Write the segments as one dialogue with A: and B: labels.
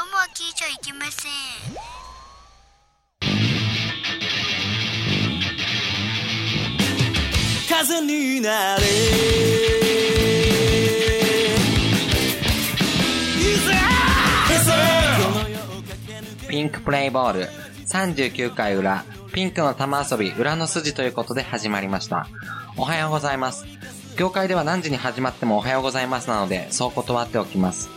A: ゃいけません
B: 風になれ
C: ピンクプレイボール39回裏、ピンクの玉遊び裏の筋ということで始まりました。おはようございます。業界では何時に始まってもおはようございますなので、そう断っておきます。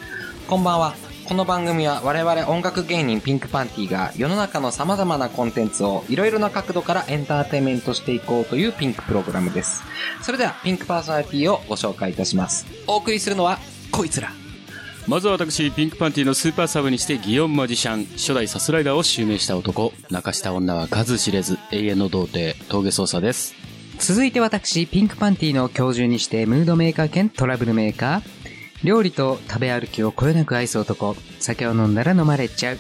C: こんばんは。この番組は我々音楽芸人ピンクパンティが世の中の様々なコンテンツをいろいろな角度からエンターテインメントしていこうというピンクプログラムです。それではピンクパーソナリティをご紹介いたします。お送りするのはこいつら。
D: まずは私、ピンクパンティのスーパーサブにして、ギヨンマジシャン、初代サスライダーを襲名した男、泣かした女は数知れず、永遠の童貞、峠捜査です。
E: 続いて私、ピンクパンティの教授にして、ムードメーカー兼トラブルメーカー。料理と食べ歩きをこよなく愛す男。酒を飲んだら飲まれちゃう。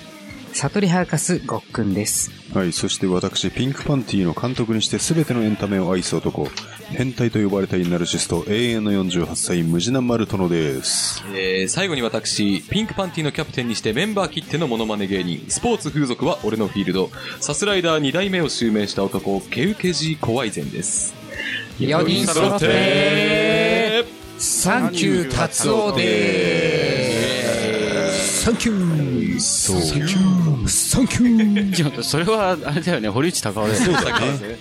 E: 悟りハーカスごっくんです。
F: はい、そして私、ピンクパンティの監督にして全てのエンタメを愛す男、変態と呼ばれたいナルシスト、永遠の48歳、ムジナ・マルトノです。
G: えー最後に私、ピンクパンティのキャプテンにしてメンバー切ってのモノマネ芸人、スポーツ風俗は俺のフィールド、サスライダー2代目を襲名した男、ケウケジー怖いンです。
E: 4人揃って、サンキュー達夫です。サンキュー。サンキュー。サンキュー。
D: いやそれは、あれだよね、堀内隆夫です。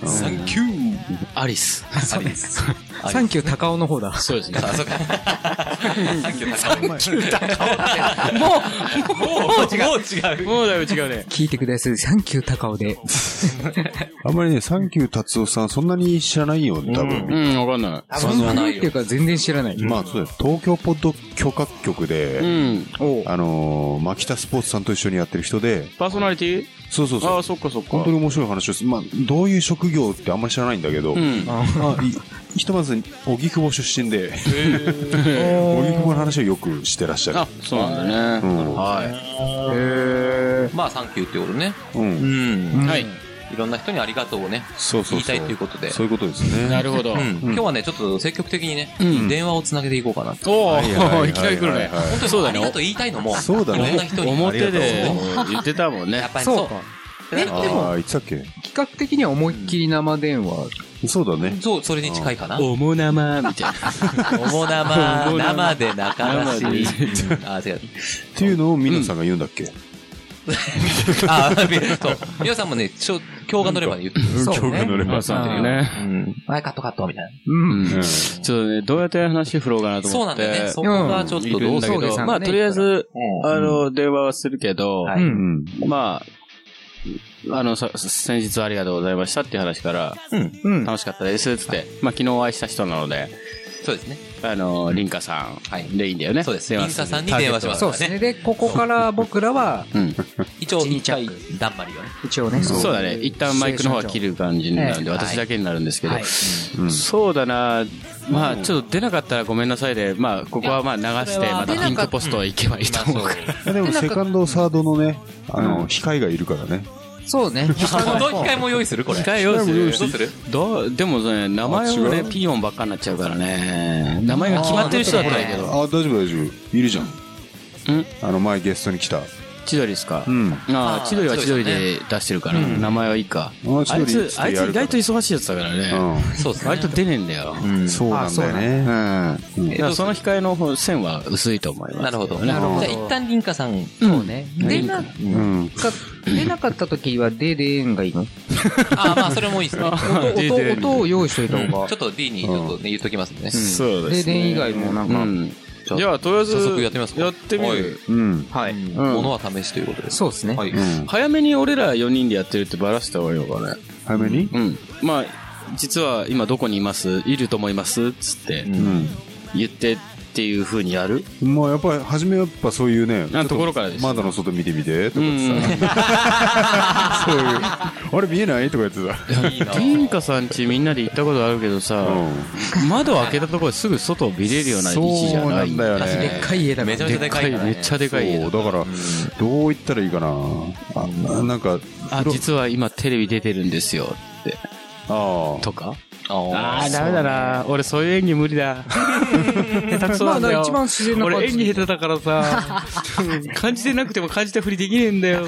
G: サンキュー
D: アリス。
G: ありです。
E: サンキュー高尾の方だ。
D: そうですね。
G: もう違う。
D: もうだいぶ違うね。
E: 聞いてください。サンキュー高尾で。
F: あんまりね、サンキュー達夫さん、そんなに知らないよね、多分。
D: うん、わかんな
E: そんなにっていうか全然知らない。
F: まあ、そうだよ東京ポッド許可局
D: い。う
F: で、
D: ん。お
F: あのー、マキタスポーツさんと一緒にやってる人で、
D: パーソナリティ
F: そうそう
D: あ
F: そ
D: あ、
F: う。
D: そっかそっか。
F: 本当に面白い話です。まあ、どういう職業ってあんまり知らないんだけど、
D: うん。
F: まあ、いひとまず、荻窪出身で、 荻窪の話をよくしてらっしゃ
D: あ
F: る。、
D: そうなんだ
F: う
D: ね。
F: ん。
G: はい。まあ、サンキューってことね。
F: うん
G: う。ん。
D: はい。
G: いろんな人にありがとうをね、
F: そうそうそう
G: 言いたいということで。
F: そういうことですね。
D: なるほど。
G: うん。今日はね、ちょっと積極的にね、
D: うん
G: 電話をつなげていこうかなと。
D: お
F: はいはいはいは
D: お
F: い
D: いきなり来るね。
G: 本当に
D: そうだ
G: ありが
D: ね
G: と。う言いたいのも、
F: そうだね
G: いろんな人に。
D: 表で
F: あり
D: 言ってたもん
G: や
D: ね
G: っ。ぱり
E: そ
G: そうう
E: か。。
G: え
E: え、で
F: あ
E: も、
F: あー、いつだっけ
E: 企画的には思いっきり生電話。
F: そうだね。
G: そう、それに近いかな。
D: おもなまみたい
G: おも
D: お
G: 生、
D: も生
G: 生で仲良し。あ、違う。
F: っていうのをミノさんが言うんだっけ
G: あ、そう。皆さんもね、ちょ、今日が乗ればね、言ってる。
E: そうね。
F: 乗れ
D: な。
F: ば
D: そうだね。
G: うん。前カットカットみたいな。
E: うん。
D: ちょっとね、どうやって話振ろうかなと
G: そう
D: 思
G: なん
D: って。
G: だよね。そこがちょっと
D: いる
G: ど
D: ん
G: う
D: だ
G: す
D: け
E: そうで
D: ど、
E: す
D: まあ、とりあえず、
G: うん
D: あの、電話はするけど、
G: はい
F: うん。
D: まあ、あの、さ先日はありがとうございましたっていう話から、
G: うん。
E: うん。
D: 楽しかったですっつって、まあ、昨日お会いした人なので、
G: そうですね。
D: あの、リンカさ
G: はい
D: んでいいんだよね。
G: そうです。
D: 電
G: イ
D: 話
G: ン
D: す
G: サ
D: る
G: さんに電話します
E: そう
G: か
E: で
G: ら
E: すね。
G: ね。
E: で、ここから僕らは、
D: うん。
G: 一応、
E: 一日
G: 一回
E: 着、
G: だんまりよね。
E: 一応ね、
D: そうだね。一旦マイクの方は切る感じになるんで、
G: ええ
D: 私だけになるんですけど
E: はい。。
F: うん
D: そうだなまあ、ちょっと出なかったらごめんなさいで、まあ、ここはまあ流し
G: それ
D: て、
G: は
D: またピンクポストへ行けばいいと思うから。
F: いやでも、セカンド、サードのね、あの、控えがいるからね。
E: そうね。
G: この機会も用意するこれ。
D: 控え用意する
G: どうする
D: どうでもね、名前を
F: あ違
D: ね
F: う、
D: ピーヨンばっかになっちゃうからね。名前が決まってる人だったらいいけど。
F: あ、大丈夫、大丈夫。いるじゃん。あの、前ゲストに来た。
D: 千鳥ですか。
F: ん。
D: あ
G: あ
D: あ、
G: ー
D: 千鳥は千鳥で出してるから、名前はいいか。
F: あ
D: あ
F: 千
D: い
F: 鳥
D: つ、あいつ
F: やる
D: 意
F: か
D: 外
F: ら
D: と忙しいやつだからね。
G: そうですね。
D: 割と出ねえんだよ。
F: うん。そうなんだよね。うん
D: だからその控えの方線は薄いと思います。
G: なるほど。
D: ね
G: じゃあ、一旦リンカさん。
E: そうね。出なか、
F: うん。
E: 出なかった時は、ででんがいいの
G: あ、まあ、それもいい ですね。
E: 音、音、音を用意しといた方
G: ちょっと D にちょっとね、言っときますね。
D: そう
E: が。ででん以外もなんか、
D: ん。じゃあ、とりあえず、
G: 早速やってみますか
D: やってみる。
F: うん。
E: はい。
G: ものは試しということです。
E: そうですね。
G: はい。
D: 早めに俺ら4人でやってるってバラした方がいいのかね。
F: 早めに
D: うん。まあ、実は今どこにいますいると思いますつって
G: う、
F: う
D: 言ってっていう風にやる
F: ん。まあ、やっぱり、初めはやっぱそういうね、
D: なんところからです。
F: 窓の外見てみて、と
D: う
F: か
D: ん。
F: そういう。あれ見えないとか言ってた。
G: いいな
D: リンカさんちみんなで行ったことあるけどさ、
F: う
D: 窓開けたところすぐ外を見れるような位置じゃない
F: そうなんだよね
E: でっかい家だか
G: め
E: ら
G: ちゃ。めちゃでかいから
D: め
G: ね。
D: っちゃでかい家だ
F: そう、だから、どう言ったらいいかな。あ、なんか、
D: あ、実は今テレビ出てるんですよ。
F: ああ。
D: とかああ、ダメだな。俺、そういう演技無理 だ。下手くそなんだ
E: ま
D: よ。
E: あ一番自然な感じ
D: 俺、演技下手だから さ、感じてなくても感じたふりできねえんだよ。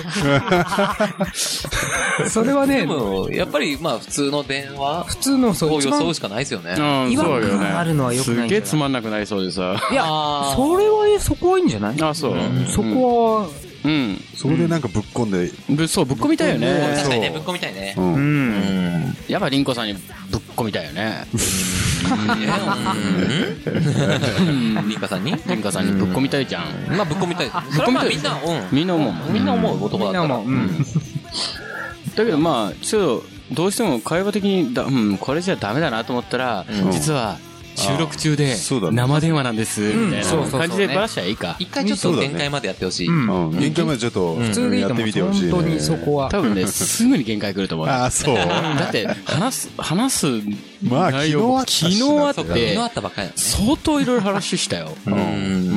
E: それは
G: で
E: ね、
G: も、やっぱり、まあ、普通の電話
E: 普通の、そう、
G: を
E: 一
G: 予想
E: 番
G: しかないですよね。
D: うん、
E: 違和
D: そうよ
E: 感
D: ね。
E: があるのは良くない
D: す
E: ん
D: げ
E: じゃ
D: え
E: ない
D: つまんなくなりそうでさ。
E: いや、
G: あー
E: それは、そこはいいんじゃない
D: あ、そう。
E: そこは、
D: うん。
F: そこでなんかぶっこんで、
D: ぶそう、ぶっこみたいよね。
G: 確かにね、ぶっこみたいね
F: う。ん
E: うん。
G: ん。
D: やっぱ、りんこさんにぶっこみたいよ ね。
G: うん。リンカさんに
D: りんこさんにぶっこみたいじゃん。
G: まあ、ぶっこみたい。それはまあみんな、うん。
D: みんな思うもん。
G: みんな思う男だ
E: みんな
G: ったら。
E: も、うん。
D: だけどまあ、ちょっと、どうしても会話的にだ、うん、これじゃダメだなと思ったら、
G: うん
D: 実は、収録中で
F: そうだ、ね
D: 生電話なんです、みたい
E: そうそう
D: な
E: そう
D: 感じでばらしちゃいいか。
G: 一回ちょっ
F: そう
G: と
F: だね
G: 限界までやってほしい。
E: うん
F: うん。限界までちょっと、
E: 普通でいい
F: や
E: と
F: って
E: 思う
F: みてほしい、ね。
E: 本当にそこは。
D: 多分ね、すぐに限界来ると思うよ。
F: ああ、 そう。
D: だって、話す、話す
F: まあ
D: 内容、
F: 昨
D: 昨日あ
F: 日あったし
D: っ
G: 昨日あ
D: て、
G: ったばっかりだね。
D: 相当いろいろ話したよ。
G: う
F: ち
G: ん。
F: ょ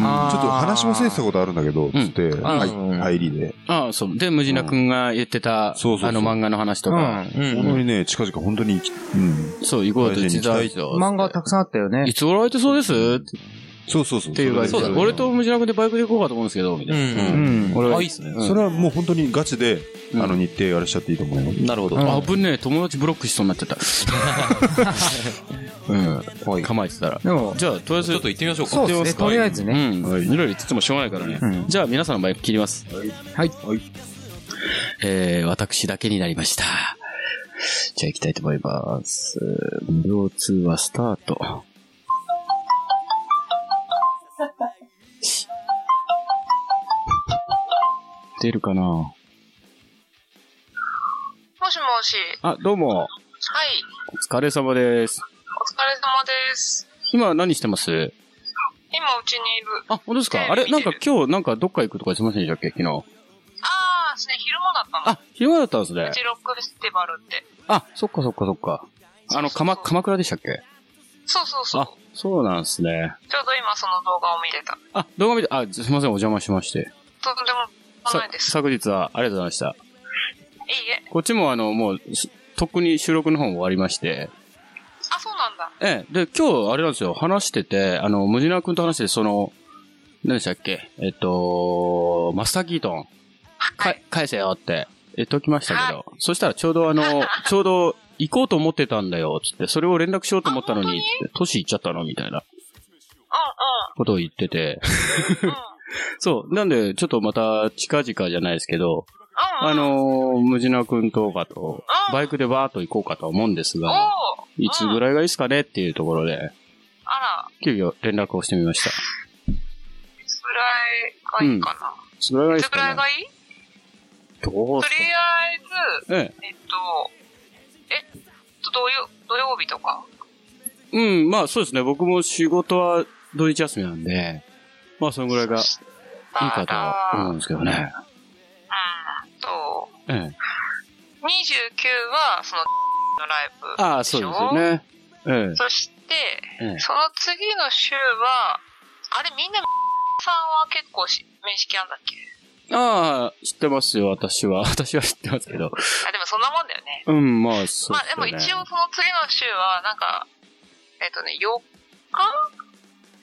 E: あー
F: っと話もせえてたことあるんだけど、つって、はい
G: うん
F: 入りで。
D: ああ、そう。で、無地な君が言ってた、あの
F: そうそうそう
D: 漫画の話と
E: う
D: か、
E: ん。
G: うん
F: 本当にね、近々本当に行き、うん。
D: そう、行こうと言ってたんですよ。
E: 漫画たくさんあったよね
D: い。つごろ空いてそうです
F: そうそうそう。
D: っていう感じ
G: そう
D: で、
G: だね
D: 俺と無地な君でバイクで行こうかと思うんですけど、みた
G: う。
D: いな。
E: うんん。
D: 俺
G: あ、いいっすね。
F: それはもう本当にガチで、
D: うん
F: あの日程あれしちゃっていいと思うよ。
G: なるほど。
D: あぶねえ、友達ブロックしそうになっちゃった。うん。構えてたら。
E: でも、
D: じゃあ、とりあえず、
G: ちょっと行ってみましょうか。
E: そうですね。とりあえず
D: う
E: ね。
D: ん。いろ
F: はい
D: いろ言っててもしょうがないからね。
E: うん
D: じゃあ、皆さんのバイク切ります。
E: はい。
D: えー、私だけになりました。じゃあ行きたいと思います。無料通話スタート。出るかな
A: もしもし。
D: あ、どうも。
A: はい。
D: お疲れ様です。
A: お疲れ様です。
D: 今何してます
A: 今、うちにいる。
D: あ、本当ですかあれなんか今日なんかどっか行くとか言ってませんでしたっけ昨日。
A: あー、ですね、昼間だったの。
D: あ、昼間だったんですね
A: フジ。ロックフェスティバルって。
D: あ、そっかそっかそっか。あの、鎌、鎌倉でしたっけ
A: そうそうそ
D: あ
A: う。、
D: そうなんですね。
A: ちょうど今、その動画を見てた。
D: あ、動画見て、あ、すいません、お邪魔しまして。
A: とんでもな
D: さ
A: いです。
D: 昨日はありがとうございました。
A: いいえ。
D: こっちもあの、もう、しとっくに収録の方も終わりまして。
A: あ、そうなんだ。
D: ええ、で、今日、あれなんですよ、話してて、あの、ムジナー君と話してて、その、何でしたっけえっと、マスターキートン、か返せよって言っときましたけど、そしたらちょうどあ の、ちょうど行こうと思ってたんだよ、つって、それを連絡しようと思ったのに、つって都市行っちゃったのみたいなことを言ってて。
A: うんうん。うん。
D: そう。なんで、ちょっとまた、近々じゃないですけど、
A: うん。
D: あのー、ムジナ君とかと、バイクでバーっと行こうかとは思うんです
A: お
D: が、
A: ー。
D: いつぐらいがいいですかねっていうところで、
A: あら、
D: 急遽連絡をしてみました。
A: いつぐらいがいいかな。
D: いつぐらいがいい
A: い
D: で
A: つ
D: す
A: ぐら
D: か
A: い
D: ね
A: がいい
D: どう
A: と
D: す
A: りあえず、
D: ええ。
A: えっと、えっと、土曜、土曜日とか。
D: うん、まあそうですね。僕も仕事は土日休みなんで、まあそのぐらいがいい
A: あ
D: かとは
A: ら
D: 思うんですけどね。
A: うんと、
D: ええ。
A: 29は、その、のライブ。
D: ああ、そうですよね。ええ。
A: そして、
D: ええ
A: その次の週は、あれみんな、さんは結構し面識あんだっけ
D: ああ、知ってますよ、私は。 私は知ってますけど。
A: あ、でもそんなもんだよね。
D: うん、まあ、そう
A: まあ
D: です
A: で
D: よね。
A: も一応その次の週は、なんか、えっ、とね、4日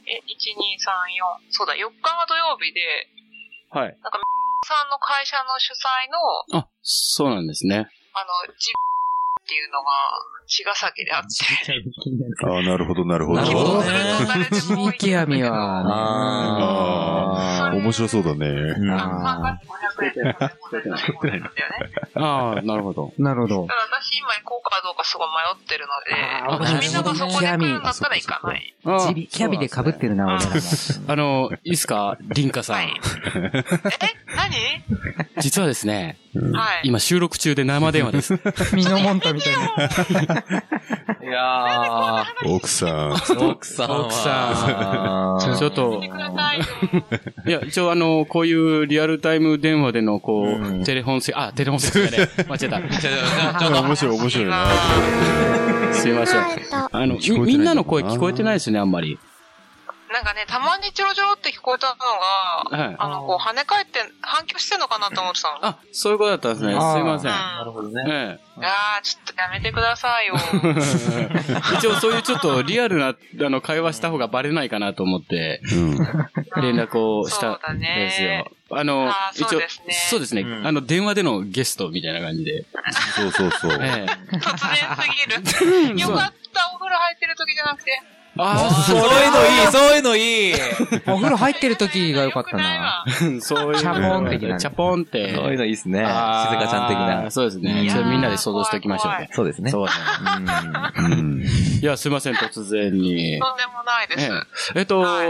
A: え、1、2、3、4。そうだ、4日が土曜日で、
D: はい。
A: さんの会社の主催の、
D: あ、そうなんですね。
A: あの、じっていうのが、茅ヶ崎であって、
F: ああ、なるほど、なるほ
G: なるほど
F: ど。
G: ね
A: 希望すると誰でもいいんだけ
E: 地
A: ど。
E: 引網はね
F: ああ、面白そうだね。
A: あ参加費500円とかでもらえると思 うんだよね。
D: ああ、なるほど。
E: なるほど
A: た。だ私今行こうかどうかすごい迷ってるの
E: あ
A: で、
E: ー
A: もしみんながそこで来るんだったら行かない。
D: あ
E: 地引キャビで被ってるな、俺らも。
D: あの、いいですか、リンカさ
A: は
D: ん
A: い。。え
D: 実はですね、
A: 何はい。
D: 今収録中で生電話です。
E: 身のもんたみたいな。
G: いや
F: 奥さん。
G: ー、奥さんは。
D: 奥さん。ちょっと
A: 見て、くだ さいよ。
D: いや、一応あの、こういうリアルタイム電話での、こ
G: うん
D: う、テレフォンセ、あ、テレフォンセね。間違えた。
G: ちょちょちょ
F: 面白い、面白いな。
D: すいません。あの、
F: 聞こえてない
D: みみんなの声聞こえてないですね、あんまり。
A: なんかね、たまにちょろちょろって聞こえたのが、
D: はい。
A: あの、こう、跳ね返って、反響してんのかなと思ってたの。
D: あ、そういうことだったんですね。すい
E: あー
D: ません。
A: な
E: るほどね。
D: え
A: ああ、ちょっとやめてくださいよ。
D: え一応そういうちょっとリアルな、あの、会話した方がバレないかなと思って、
F: うん。
D: 連絡をし
A: そ
D: た
A: うだ
D: ん
A: ね
D: ですよ。あの、
A: あー
D: 一応
A: そうですね
D: そうですね
C: うん
D: あの、電話でのゲストみたいな感じで。
F: そうそうそう。
D: ええ
A: 突然すぎる。よかった、お風呂入ってる時じゃなくて。
D: あ
G: そういうのいい、そういうのいい。
E: お風呂入ってる時が良かった
A: よくいわ
D: あ、
E: な。。
D: そういう。
E: チャポン的な
D: チャポンって。
C: そういうのいいですね。静
D: あー
C: 香ちゃん的な。
D: そうです
C: い
D: ね。
C: やー
D: ちょっとみんなで想像しておきましょう
A: 怖い
D: ね。
C: そうですね。
D: そうね。
F: うん。
D: いや、すいません、突然に。
A: とんでもないです。
D: えええっと、
A: は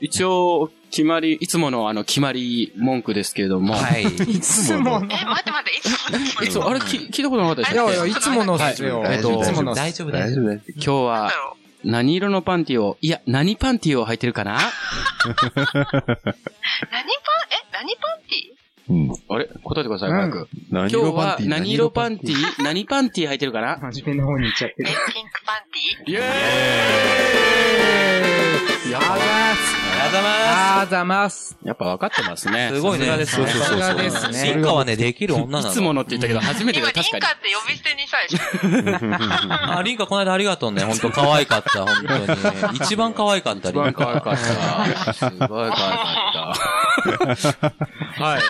A: い
D: 一応、決まり、いつものあの、決まり文句ですけれども。
C: はい。
E: いつもの。
A: え、待って待 って、いつもの
D: いつあれ、き聞いたことなかったです
E: い
D: ね。
E: やい
D: 今
E: や、いつものですよ。
F: はい
E: えっと、い
F: 大丈夫
E: つもの。
C: 大丈夫、大丈夫。
D: 日
A: なん
D: は
A: だ、ろう。
D: 何色のパンティを、いや、何パンティを履いてるかな
A: 何パン、え、何パンティ
F: うん。
D: あれ答えてください、
E: うん
D: 早く。今
F: 何
D: 日
F: 色パン
D: は
F: ティ、
D: 何色パンティ何パンティ履いてるかな
E: 真面目の方に行っちゃってる。
A: え、ピンクパンテ
D: イェーイやばい
G: あざま
E: あーざます。
D: やっぱ分かってますね。
G: ーすごいね。
F: そうそうそう
E: さすが
F: そう。
E: ですね
C: 進化はね、できる女なの。
D: いつものって言ったけど、初め
A: ィ
D: て
A: 今、
D: が
A: リンカ
D: 確かに。
A: って呼び捨てにしたでしょ。
C: あ、リンカこの間ありがとうね。本当可愛かった、本当に。一番可愛かった、
D: 一
C: リン
D: 番
C: カ。
D: 可愛かった。すごい可愛かった。はい。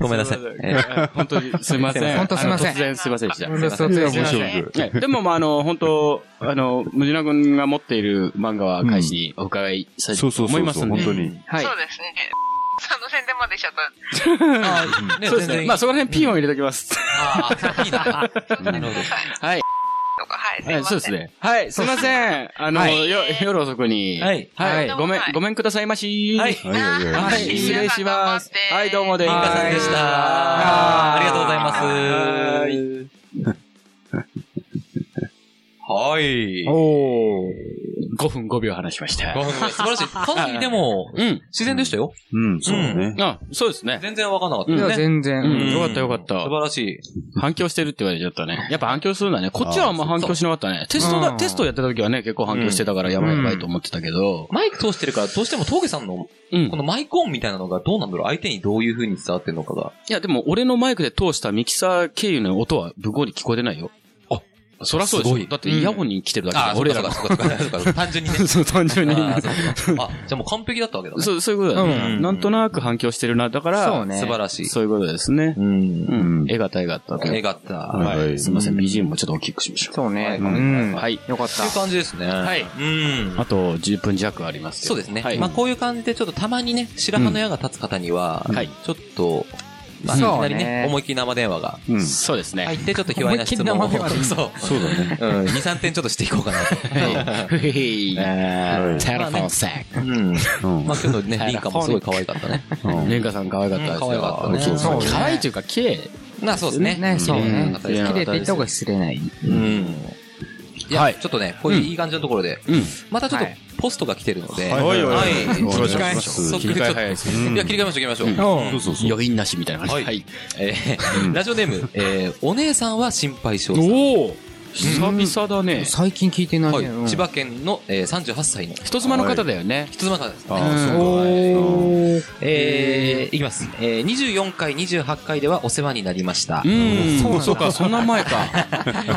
C: ごめんなさい
D: すませんえ本当にすいません。
E: 本当すいませ
D: あ
E: ん
D: の突然すいませんでした。
E: 本当すいません
D: すいません
E: 面
A: 白
D: はいでも、まあ、あの、本当あの、ムジナ君が持っている漫画は開始にお伺いしたい
F: そ
D: と
F: うそう
D: 思
F: そ
D: いうま
F: そ
D: す
F: う、
D: ん
F: 本
D: で。
F: 当に。
E: はい
A: そ。うですね。 その宣伝までしちゃった。
C: あね
D: そうですね。まあ、そこら辺ピンを入れときます。
C: ああ、いいな。なるほど。
D: はい。
A: とか、はい、すい
D: はい
A: ま
D: そ
A: せん。
D: うですね。はい、すいません。あの、
A: はい
D: よ夜遅くに。
C: はい
D: はい。
A: はい
D: ごめん、ごめんくださいまし。
C: はい。
F: はいはいはい。
D: はい、
A: はい
D: 失礼します
A: 皆。さ
D: はい、
A: ん頑張って
D: どうもで
C: リン
D: す。
C: カさんでした。
E: は
C: あ
E: い
C: りがとうござい
D: い
C: ます。
G: はい。
E: おー。
D: 5分5秒話しました。
G: ごめんごめん素晴らしい。
C: かなりでも、
D: うん。
C: 自然でしたよ。
F: うん、そうだね。
D: あ、そうですね。
C: 全然わかんなかっ
E: い
C: た
E: や、
C: ね。
E: 全
D: う
E: 然。
D: ん、
C: うん
D: よかったよかった
C: 素。晴らしい。
D: 反響してるって言われちゃったね。やっぱ反響するんだね。こっちはあんま反響しなかったね。テスト
E: う
D: が、
E: ん
D: テストやってた時はね、結構反響してたからやばいやばいと思ってたけど。
C: マイク通してるから、どうしても峠さんの、
D: うん
C: こ。のマイクオンみたいなのがどうなんだろう相手にどういう風に伝わってんのかが。
D: いや、でも俺のマイクで通したミキサー経由の音は向こうに聞こえてないよ。
C: あ、
D: そらそうです
C: ごい
D: よ。だってイヤホンに来てるだけだ
C: あ、
D: から
C: 俺
D: 俺
C: ら
D: らが
C: が、。そうか、そうか、そうかそうか、単純にね。
D: そう、単純に。
C: あー そうかあ、じゃあもう完璧だったわけだね。
D: そう、そういうことだ
C: う
D: ね。
C: ん
D: なんとなく反響してるな。だから、
E: そうね
C: 素晴らしい。
D: そういうことですね。
C: うん。
D: うん。絵が絵があったという
C: えがった。
F: ん
C: は。
D: はい
C: っ
D: い。すみません、BGM もちょっと大きくしましょ
E: そうね。う
F: はい
E: ん。
D: はい
E: よかって
C: いう感じですね。はいうん
D: う。。あと10分弱ありますけ
C: そ
D: ど
C: うですね。
D: はい
C: まあこういう感じでちょっとたまにね、白羽の矢が立つ方には、
D: はい
C: ちょっと、まあ、いき
E: そう
C: な
E: ね
C: りね、思いっきり生電話が
F: うん。
D: そうですね。
C: 入って、ちょっと卑猥な質問
E: 思い
C: を
E: っきり生電話。で
C: そう。
F: そうだね。
C: うん、2、3点ちょっとしていこうかなと。
D: ふへい。
F: はい
D: テレフォンセッ
C: うん。
F: うん
C: まあ。今日のね、リンカもすごい可愛かったね。
D: ク。レンカさん可愛かったですよ。
C: うん可愛かったね
D: そうそう
E: そうね
D: 可愛いというか、綺麗。
C: まあそうですね。
E: ね、そうね
C: ん。
E: 綺麗って言った方が失礼ない。
C: うん。いや、
D: はい
C: ちょっとね、こういういい感じのところで、
D: うん。
C: またちょっと
E: はい
C: ポストが来てるので、
F: はいはいはい
C: はい
F: お願いし
E: ま
C: 早速
F: ますす。
D: 切り替え早いですね
C: ちょっといや、切り替えましょう、切りましょう。
F: そうそうそう。
D: 余韻なしみたいな感じ。
C: はい
D: い。
C: えーラジオネーム、えーお姉さんは心配性
D: お
C: さん。
D: お久々だね。
E: 最近聞いてない
C: はい
E: ね。うん
C: 千葉県の、えー、38歳の人
D: 人妻の方だよね。
C: 妻さんですね。
F: ああ、そう
E: おー。
C: えー、いきます。えー、24回、28回ではお世話になりました
D: う。ん。
E: そうなんだ
D: そうか、 そんな前か。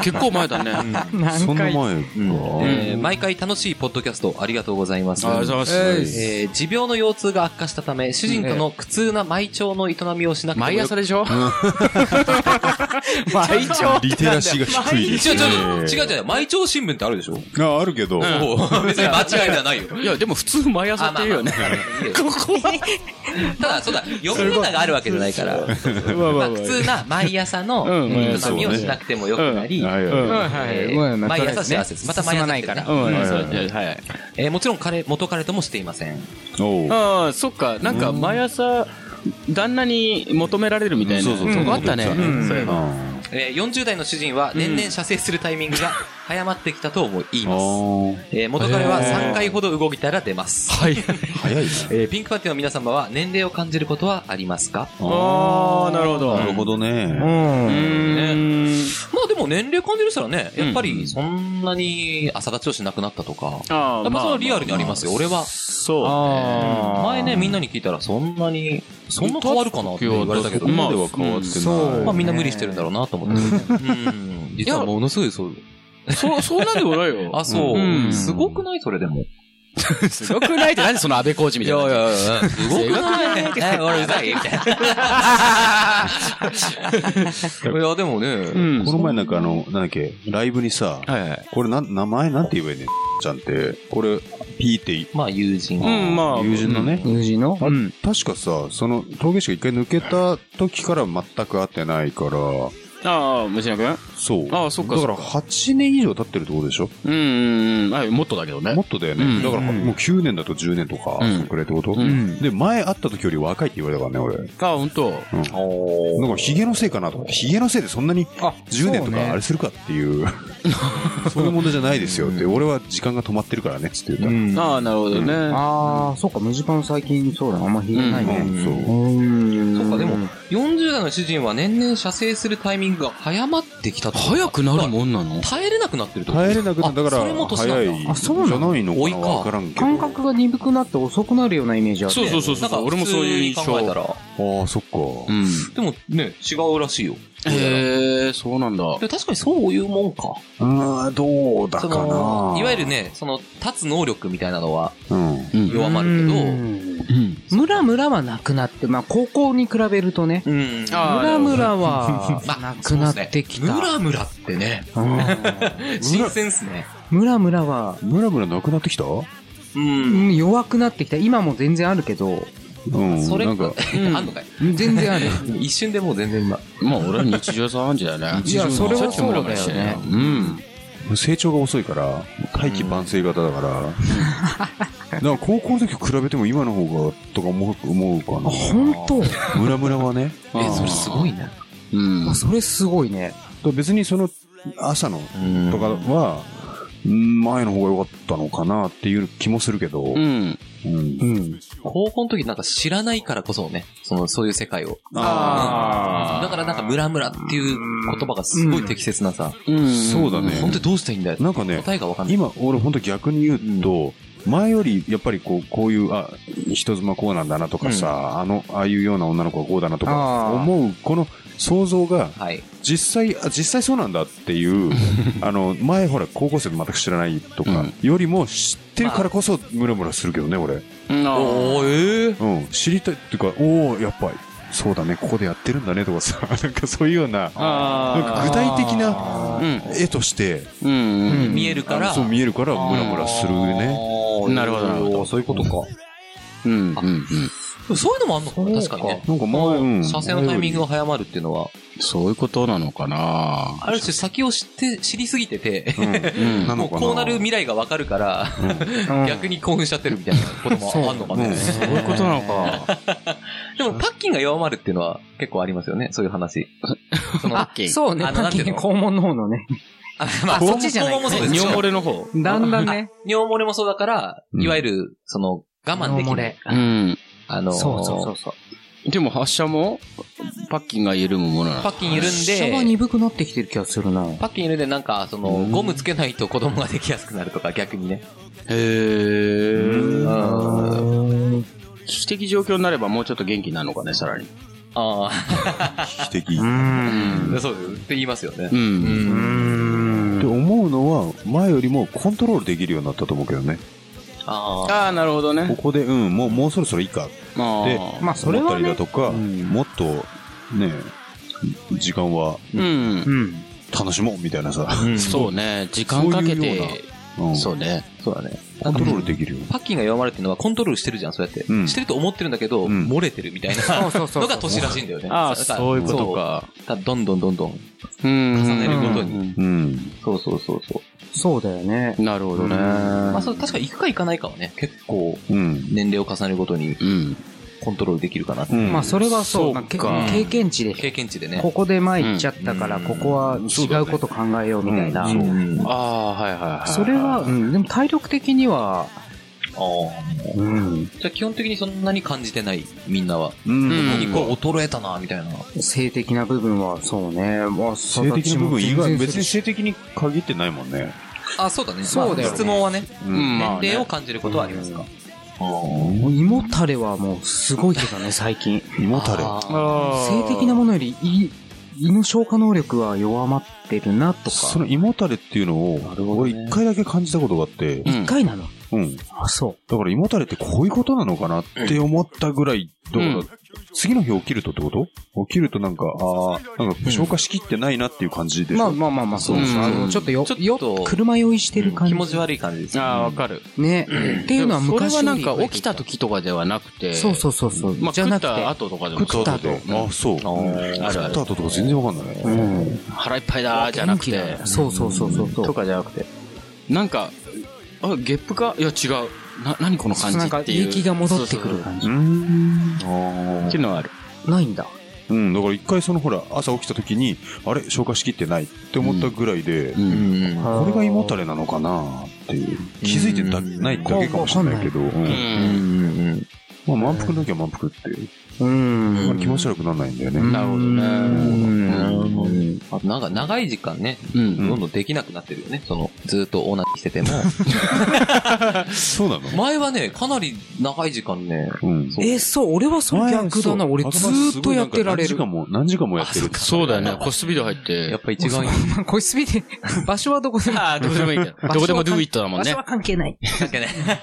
D: 結構前だね。あ
F: か。そ
E: 何
F: んな
E: 回
F: 前
C: うん
F: か。
C: えー毎回楽しいポッドキャストありがとうございます。
D: りがとうございます。
C: えー持病の腰痛が悪化したため、主人との苦痛な埋腸の営みをしなくても
D: 毎
C: よ
D: 朝でしょ毎朝
F: リテラシーが低いです
C: 違う違う
F: ね。
C: 違う、違う違う、毎朝新聞ってあるでしょ
F: あ、あるけど。
C: そう別に間違いではないよ。
D: いや、でも普通毎朝って言うよね。
C: まあまあまあいいよただ、そうだ、読み方があるわけじゃないから、
D: まあ
C: まあ普通な毎朝の
D: うん毎
C: 営
D: 朝
C: みをしなくてもよくなり、
F: はい
D: うん
F: は
E: はい
C: え
E: ごめ
C: ー
E: んな
C: 毎朝幸せです。また毎
E: 進
C: 朝
E: まな
C: で
E: い
C: す
E: か
C: ね
E: ら。
D: うん、
F: はい
D: そうですねはい。
C: えーもちろん彼、元彼ともしていません。
F: い。おう。
D: ああ、そっか、なんか毎朝、旦那に求められるみたいな。
F: うんそうそうそう
D: あったね。
E: うん
D: そういえば
F: あ
C: えー40代の主人は年々射精するタイミングが早まってきたと思い
F: あ
C: ます。
F: ー。
C: えー元彼は3回ほど動いたら出ます。
D: はい。
F: 早いな。
C: えーピンクパンティの皆様は年齢を感じることはありますか
D: ああ、なるほど。
F: なるほどね。
D: うーん。
C: まあ
G: あでも年齢感じるしたらね、やっぱ
D: う
G: り
D: ん
G: そんなに朝立ちをしなくなったとか、
D: あ
G: やっぱそのリアルにありますよ、俺は。
D: そう。
G: 前ね、みんなに聞いたらそんなに、そんな変わるかなって言われたけど、
D: ま
G: ま
D: あ
G: あ、
F: では変わってない。
E: そう
G: みんな無理してるんだろうなと思って、うん。実はものすごいそう。
D: そう、そうなんでもない よ。
G: あ、そう、
D: うん
G: すごくないそれでも。
D: すごくないって、なんでその安倍浩二みたいな。
G: やいや、すごくないえ、 俺うざいみたいな。いや、でもね、
D: うん
F: この前なんかあの、なんだっけ、ライブにさ、
D: はいはい。
F: これなん、名前なんて言えばいいねちゃんって。これ、ピーってい、
G: まあ友人。
D: うん、まあ。
F: 友人のね。
E: 友人の
D: うん。
F: 確かさ、その、峠師が一回抜けた時から全く会ってないから、
D: ああ、虫野くん
F: そう。
D: ああそっか
F: だ
D: そっ
F: か
D: から
F: 8年以上経ってるってことでしょ
D: うんうんうん。あもっとだけどね
F: も。っとだよね。
D: うん
F: だからもう9年だと10年とか、
D: うん
F: そんくらいってこと、
D: ん
F: で、前会った時より若いって言われたからね、俺。
D: ああ、ほんと。
F: なんかヒゲのせいかなと思って、ヒゲのせいでそんなに
E: あ
F: 10年と
E: そう
F: か
E: ね
F: あれするかって いう、そういう問題じゃないですよって、俺は時間が止まってるからねっつって言っ
D: ああ、なるほどね。
E: ああ、そっか、ムジカン最近そうだな、あんま引いてない
F: た。
E: ね。
F: うんそう。
E: うん
G: そっか、でも、40代の主人は年々射精するタイミングが早まってきたと
D: 早くなるもんなの
G: 耐えれなくなってるってこと
F: 耐えれなくな
G: あ
F: だから
G: それも年な
F: 早
G: んだ
F: い
E: あそうな
F: じ
E: の
F: ゃないの
G: 多
F: か
G: いか
F: なわからんけど
E: 感覚が鈍くなって遅くなるようなイメージある。
D: そうそうそうそう。俺もそういう印
G: 考えた
D: 象。
G: ら。
F: ああそっか
D: うん。
G: でもね、違うらしいよ。
D: へえ、そうなんだ。
G: でも確かにそういうもんか。
F: うんどうだ
G: そ
F: か
G: の
F: ない
G: わゆるね、その、立つ能力みたいなのは
F: うん
D: うん
G: 弱まるけ
E: ど。
G: ど、
D: うん。
E: ムラムラはなくなって、まあ、高校に比べるとね、
G: うん。
D: あー
E: ムラムラは
G: まあ
E: なくなってきた。
G: ムラムラってね、
E: うん
G: 新鮮っすね。
E: ムラムラは、
F: ムラムラなくなってきたう
G: う。
E: うんん弱くなってきた。今も全然あるけど、
F: ん
G: それ
F: な
G: か
F: んか、
G: あんのかい
E: 全然ある。
G: 一瞬でもう全然今。
D: まあ俺は日常茶飯事だよね。
E: いやそれはそうだ
D: し
E: よね
D: ょっちゅうムラムラしてねうん。
F: 成長が遅いから大器晩成型だから だから高校の時比べても今の方がとか思う思うか
E: あ 本当
F: なムラムラはね
D: あー
G: え、それすごいね。
D: うん
E: あ。それすごいね。
F: だから別にその朝の
G: うん
F: とかはうん前の方が良かったのかなっていう気もするけど、
D: うん。
F: うん
E: うん。
G: 高校の時なんか知らないからこそね、その、そういう世界を。
D: あー
G: だからなんかムラムラっていう言葉がすごい適切なさ。
D: うん。
F: そうだね
G: 本当にどうしたらいいんだよ。
F: なんかね
G: 答えがわかんない。
F: 今、俺本当逆に言うと、前よりやっぱりこう、こういう、あ、人妻こうなんだなとかさ、あの、ああいうような女の子はこうだなとか
E: あー
F: 思う、この想像が、
G: はい。
F: 実際、あ、実際そうなんだって いう、あの、前ほら高校生で全く知らないとか、よりも知ってるからこそムラムラするけどね、俺。
D: うん。あー
G: おー、えー
F: うん、知りたいっていうか、おおやっぱり、そうだね、ここでやってるんだねとかさ、 なんかそういうような、なんか
D: あ
F: 具体的な
E: あ
D: ー。
F: 絵として、
D: うん。うん。うん。
G: 見えるから。
F: そう見えるからムラムラするね。
G: あー
D: なるほどなるほど
G: そういうことか。
D: うん。うん。
G: そういうのもあんのかな確かにね。
F: なんか前、うん。
G: 射精のタイミングが早まるっていうのは、
D: そういうことなのかな
G: ある種先を知って、知りすぎてて、
D: うん。
F: な
G: も
F: の
G: う
F: かな
G: こうなる未来がわかるから、逆に興奮しちゃってるみたいなこともあんのかね。
D: そういうことなの か。
G: でも、パッキンが弱まるっていうのは結構ありますよね、そういう話。その
D: あ
G: あ、
E: そうね、
G: あのなんていうの
E: 肛門の方のね。
G: ま
E: 肛
G: あ、そ
E: 門
G: っちじゃない。
E: 肛門も
G: も
E: そ
G: そうう
E: で
G: ですす。
D: 尿漏れの方。
E: だんだん ね。
G: 尿漏れもそうだから、
F: うん
G: いわゆる、その、我慢でき
E: 尿漏
G: ない
E: れ。
D: うん。
G: あのー、
E: そうそうそうそう。
D: でも発射も、パッキンが緩むものな
G: パ
D: の。
G: ッキン緩ん
E: 下が
G: で、
E: 鈍くなってきてる気がするな。
G: パッキン緩んでなんか、その、
D: うん
G: ゴムつけないと子供ができやすくなるとか、逆にね。
D: へー。
G: うん
D: 危機的状況になればもうちょっと元気になるのかね、さらに。
G: あ
F: 危機的。
E: う
F: っ
E: ん。
G: あ、そうです。って言いますよね
D: う。。
G: うん。
E: うんん
F: て思うのは、前よりもコントロールできるようになったと思うけどね。
G: ああ。
D: ああ、なるほど
F: こ
D: ね。
F: こで、うん、もう、もうそろそろいいかって
D: あ
F: で
D: ー
E: まあ、それ
F: 思
E: は
F: ったりだ
E: ね。
F: とか、
E: うん
F: もっと、ね、時間は
D: うん。
E: ん。
F: 楽しもうみたいなさ、
G: うん
D: そうね。時間かけて、
F: うん
D: そうね。
G: そうだね。
F: コントロールできるよ。
G: パッキンが弱まるっていうのはコントロールしてるじゃん、そうやって。
F: うん
G: してると思ってるんだけど、
F: うん
G: 漏れてるみたいな
E: そうそうそう。
G: のが年らしいんだよね。
D: ああ、
G: だから
D: そういうこと。か。
G: そうだらどんどんどんどん。
D: うん。
G: 重ね
E: ること
D: に。
F: うん。
G: そうそうそうそう。
E: そうだよね。
D: なるほどね。
G: まあ、それ確か行くか行かないかはね、結構
F: うん。
G: 年齢を重ねるごとに
D: うん。
G: コントロールできるかなって。
F: うん
E: まあ、それはそう。
D: そうか
E: まあけ経験値で。
G: 経験値でね。
E: ここで前行っちゃったから、
G: うん
E: ここは違うこと考えようみたいな。
F: うん
G: うん
D: ああ、はいはいはい。
E: それは、うん、でも体力的には、
D: うん。
C: じゃあ基本的にそんなに感じてない、みんなは。
F: うん。
C: 何これ衰えたな、みたいな。
E: 性的な部分は、そうね。まあ、
F: 性的な部分以外、別に
E: に。
F: 性的に限ってないもんね。
C: あ、そうだね。
E: そうだよね
C: まあ質問はね、
D: うんまあね
C: 年齢を感じることはありますか。
E: もう胃もたれはもうすごいけどね、最近。
F: 胃もたれ。
C: あー
D: 性
E: 性的なものより胃、胃の消化能力は弱まってるなと
F: そ
E: か。
F: の胃もたれっていうのを、俺一回だけ感じたことがあって、
D: うん
E: 一回なの。
F: うん。
E: あ、そ
F: だから胃もたれってこういうことなのかなって思ったぐらい、だから、
D: うん
F: 次の日起きるとってこと起きるとなんか、ああ、なんか消化しきってないなっていう感じ
E: う。
F: でし
E: まあ
F: ょ。
E: まあまあまあ、そう
D: そ
E: う
D: う
E: そうあのちょっとよ、よ、車酔いしてる感じ。
C: 気持ち悪い感じです。
D: ああ、わかる。
E: ね。っていうのは昔
D: それは
E: より
D: なんか起きた時とかではなくて。
E: そうそうそうそう。
D: まあ、
E: じゃ
D: 食
E: な
D: っ
E: くて。
D: た後とかでも
E: 食った後
D: そうそうそう
F: あ、そう。
D: ーあるある
F: 食った後とか全然わかんない。
E: うん。
D: 腹いっぱいだーじゃなくて
E: 元気。だそうそうそうそう。
D: とかじゃなくて。なんか、あ、ゲップかいや、違う。な、何この感じ
E: なんか
D: っていう。
E: 胃液が戻ってくる感じ
F: う。ん。あ
D: っていうのはある。
E: ないんだ。
F: ーうん、だから一回そのほら、朝起きた時に、あれ消化しきってないって思ったぐらいで、
D: ん
C: うん。
E: こ
F: これが胃もたれなのかなっていう。気づいてだないだけかもしれないけど、うん
D: うん
F: まあ満腹の時は満腹って、
E: うん。
F: あんまり気持ち悪くならないんだよね。
D: なるほどね
E: うん
C: うんあとなんか長い時間ね、
D: うん
C: どんどんできなくなってるよね。その、ずーっとオーナーしてても。
F: そうなの
C: 前はね、かなり長い時間ね、
F: うん。
C: そう
E: え、そう、俺はそれ逆だな。俺ずーっとやってられ
F: 何時
E: る。
F: 間も、何時間もやってる。
D: そうだよね。。コスピード入って。
C: やっぱ一番いい。
E: まあ個室見て、 場所はどこ でも。
D: ああ、どこでもいいけど。どこでもドゥイットだもんね。
E: 関係ない。
C: なんかね。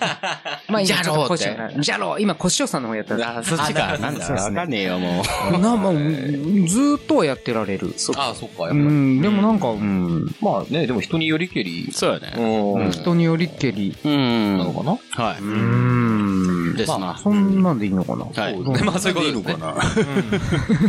E: まあ今
D: じゃろう
E: ちょっと腰がじゃろう今、コシオさんの方やったら。
D: あ、そっちか。なんだ、わかんねえよ、も
E: な、まあ、うんずーっとはやってられる。
C: ああ、そっか、やっぱ
E: う
C: り。
E: ん、でもなんか、
C: まあね、でも人によりけり
D: う。、そうだね。
C: うん
E: 人によりっけり。
D: うん。
C: なのかな
D: は
E: うー
D: い。
E: ん。
D: ですな。
E: そんなんでいいのかな。
D: はい。
C: まあそういうことですね。
F: な。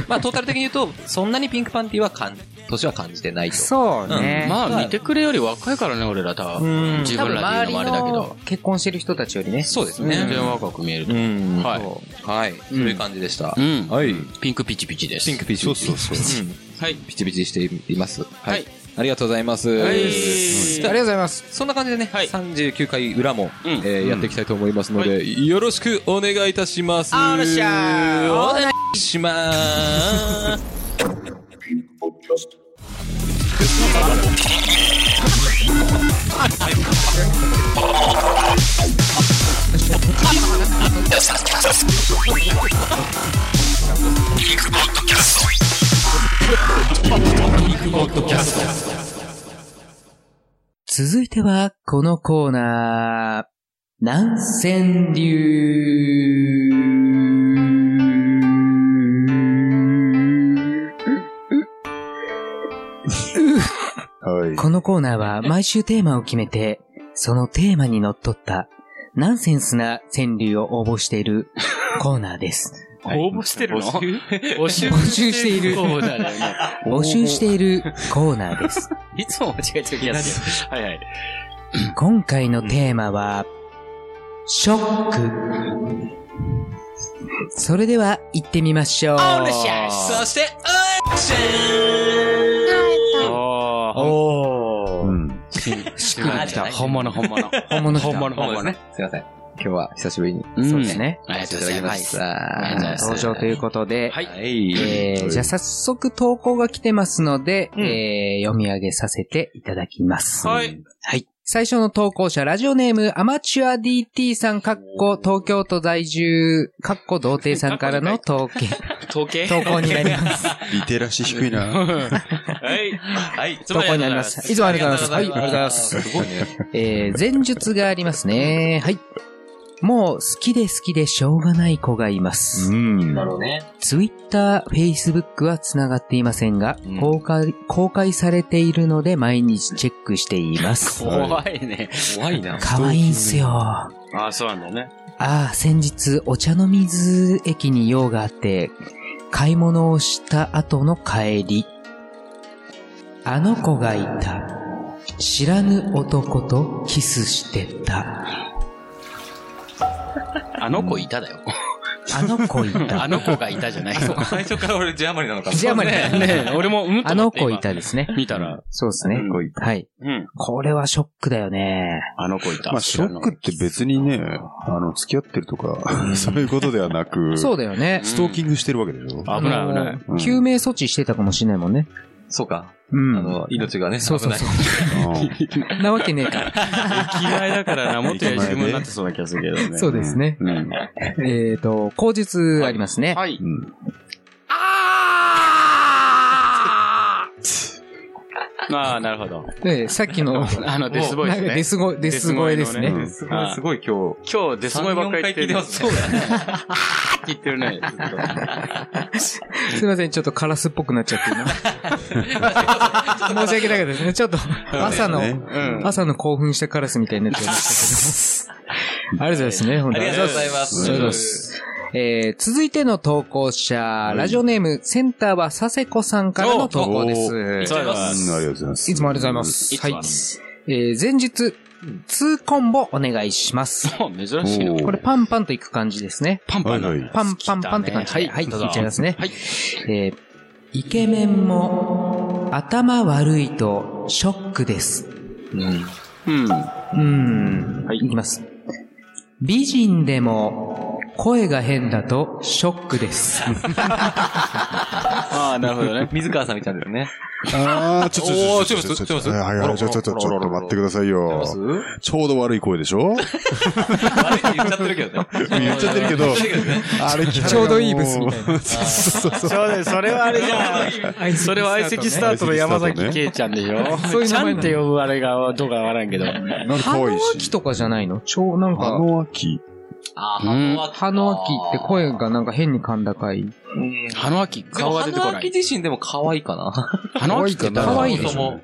C: まあトータル的に言うと、そんなにピンクパンティは感、年は感じてないと。
E: そうね。
D: まあ、見てくれより若いからね、俺ら多分。
E: うん
D: 自分らで言うのもあれだけど
E: 多分周りの結婚してる人たちよりね。
C: そうです
D: 全
C: ね。
D: 然若く見えると。
C: ん
D: はい
C: い。はい。そういう感じでした
D: う。ん。
F: はい。
D: ピンクピチピチです。
C: ピンクピチ
F: そう
C: ピチ。
F: そうそう。
C: うんはい。ピチピチしています。は
D: はいい。
C: ありがとうございます。
D: はい
E: ありがとうございます。
C: そんな感じでね、
D: はい
C: 39回裏も、
D: うん
C: えーやっていきたいと思いますので、よろしくお願いいたします。
D: おっしゃー
C: お願いしまーす。
E: 続いては、このコーナー。南千流。
F: はい。
E: このコーナーは毎週テーマを決めて、そのテーマにのっとった、ナンセンスな川柳を応募しているコーナー です。
D: 応募してるの募集
E: 募集している
D: そうだよね。
E: 募集しているコーナーです。
D: いつも間違えてる気がする。はいはい。
E: 今回のテーマは、ショック。それでは行ってみましょう。
C: そして、
D: おー。
F: うん。
D: しっくりきた。本物本物。
E: 本物来た
D: 本物
C: そう
D: 本
C: です
D: 物。
C: ね。すいません。今日は久しぶりに。
D: うん
E: そうですね。
D: ありがとうございます。
C: ありがとうございます。
E: 登場ということで、
D: はい
E: えーじゃあ早速投稿が来てますので、
D: ん
E: えー読み上げさせていただきます。
D: はい。
E: はい。最初の投稿者、ラジオネーム、アマチュア DT さん、かっこ、東京都在住、かっこ童貞さんからの統計、
D: 統計
E: 投稿になり ます。
F: リテラシー低いな。
D: はい。はい。
E: 投稿になります。 いつもありがとうございます。はい、ありがとうございます。
C: すごいね。
E: えー、前述がありますね。はい。もう、好きで好きでしょうがない子がいます。
F: うん。
C: るほどね。
E: ツイッター、フェイスブックは繋がっていませんが、
D: うん
E: 公開、公開されているので毎日チェックしています。
D: 怖いね。
C: 怖いな。
E: 可愛いんすよ。あ
D: ああ、そうなんだね。
E: あ、先日お茶の水駅に用があって、買い物をした後の帰り。あの子がいた。知らぬ男とキスしてた。
D: あの子いただよ。
E: あの子い た。
D: あの子がいたじゃないよ。
G: 最初から俺ジャーマニなのかも。
E: ジャーマニ
D: ねね俺も、うんと思って
E: あの子いたですね。
D: 今見たら。
E: そうですね。
F: こういった
E: はい。
D: うん。
E: これはショックだよね。
D: あの子いた。
F: まあ、ショックって別にね、あの、付き合ってるとか、そういうことではなく、
E: そうだよね。
F: ストーキングしてるわけでしょ
D: あ危ない危ない
E: あの救命措置してたかもしれないもんね。
G: そうか。
E: う
G: あ
E: ん。
G: の、命がね、
E: そうそうそう。なわけねえ か。
D: 嫌いだからな、もっとやり
F: 駅前で
D: になってそうな気がするけどね。
E: そうですね。
D: うん。
E: えっと、口述ありますね。
D: はい。ああ、なるほど。
E: で、さっきの、
D: あの、デスボイス
E: なんか
D: ね。
E: デスゴ、デス声です
D: デス
E: ね
D: 声。
F: うん
G: すごい、すごい今日。
D: 今日、デスボイばっかり言ってる。
G: そうだね。
D: って言ってるね。
E: すいません、ちょっとカラスっぽくなっちゃってるな。申し訳なかったですね。ちょっと、朝の、
F: ね
D: うん。
E: 朝の興奮したカラスみたいになっちゃいましたけど。ありがとうございますね、本当
G: あ
E: に
G: りがとうございま。
E: ありがとうございますえー、続いての投稿者、ラジオネーム、センターは佐世子さんからの投稿です。
D: いつもありがとうございます
F: うんありがとうございます。
E: いつもありがとうございま。す。はい。えー、前日、2コンボお願いします。
D: もう珍しいな。
F: おー
E: これパンパンといく感じですね。
D: パンパンだ。
F: はいはい
E: パンパンパンって感じで。
D: 来たね
E: はい、いっ
D: どうぞ
E: ちゃいますね。
D: はい。
E: えーイケメンも頭悪いとショックです。
D: うん。
E: うーん。
D: はい
E: いきます。美人でも声が変だとショックです。
D: ああ、なるほどね。
G: 水川さんみたいですね。
F: あー、ちょ、ち
G: お
F: ょ、
G: ー
F: ちょ、ちょ、ちょ、ちょ、
G: ちょちょちょ
F: はいはいはいちょ、ちょ、ちょ、ちょっと待ってくださいよ。ちょうど悪い声でしょ
G: 悪いって言っちゃってるけどね。
F: 言っちゃってるけど、あれ、
E: ちょうどいいブスみたい
F: な。そうそう
D: ちょうどいいそれはあれじゃん。 それは相席スタートの山崎圭ちゃんでしょ
E: そういう名前
D: ちゃ
E: なの
D: んって呼ぶあれがどうかわからんけど。
F: なんか可愛い
E: の
F: し。
E: 秋とかじゃないの超なん
F: あ
E: か、
F: の秋。
G: あ
D: ーうん
E: 葉の秋って声がなんか変に甲高い。
D: 花秋、顔が出てこない。
G: 自身でも可愛いかな。
D: 花秋って
E: 可愛い
G: で
D: で
G: し
D: し
G: ょ
D: ょ。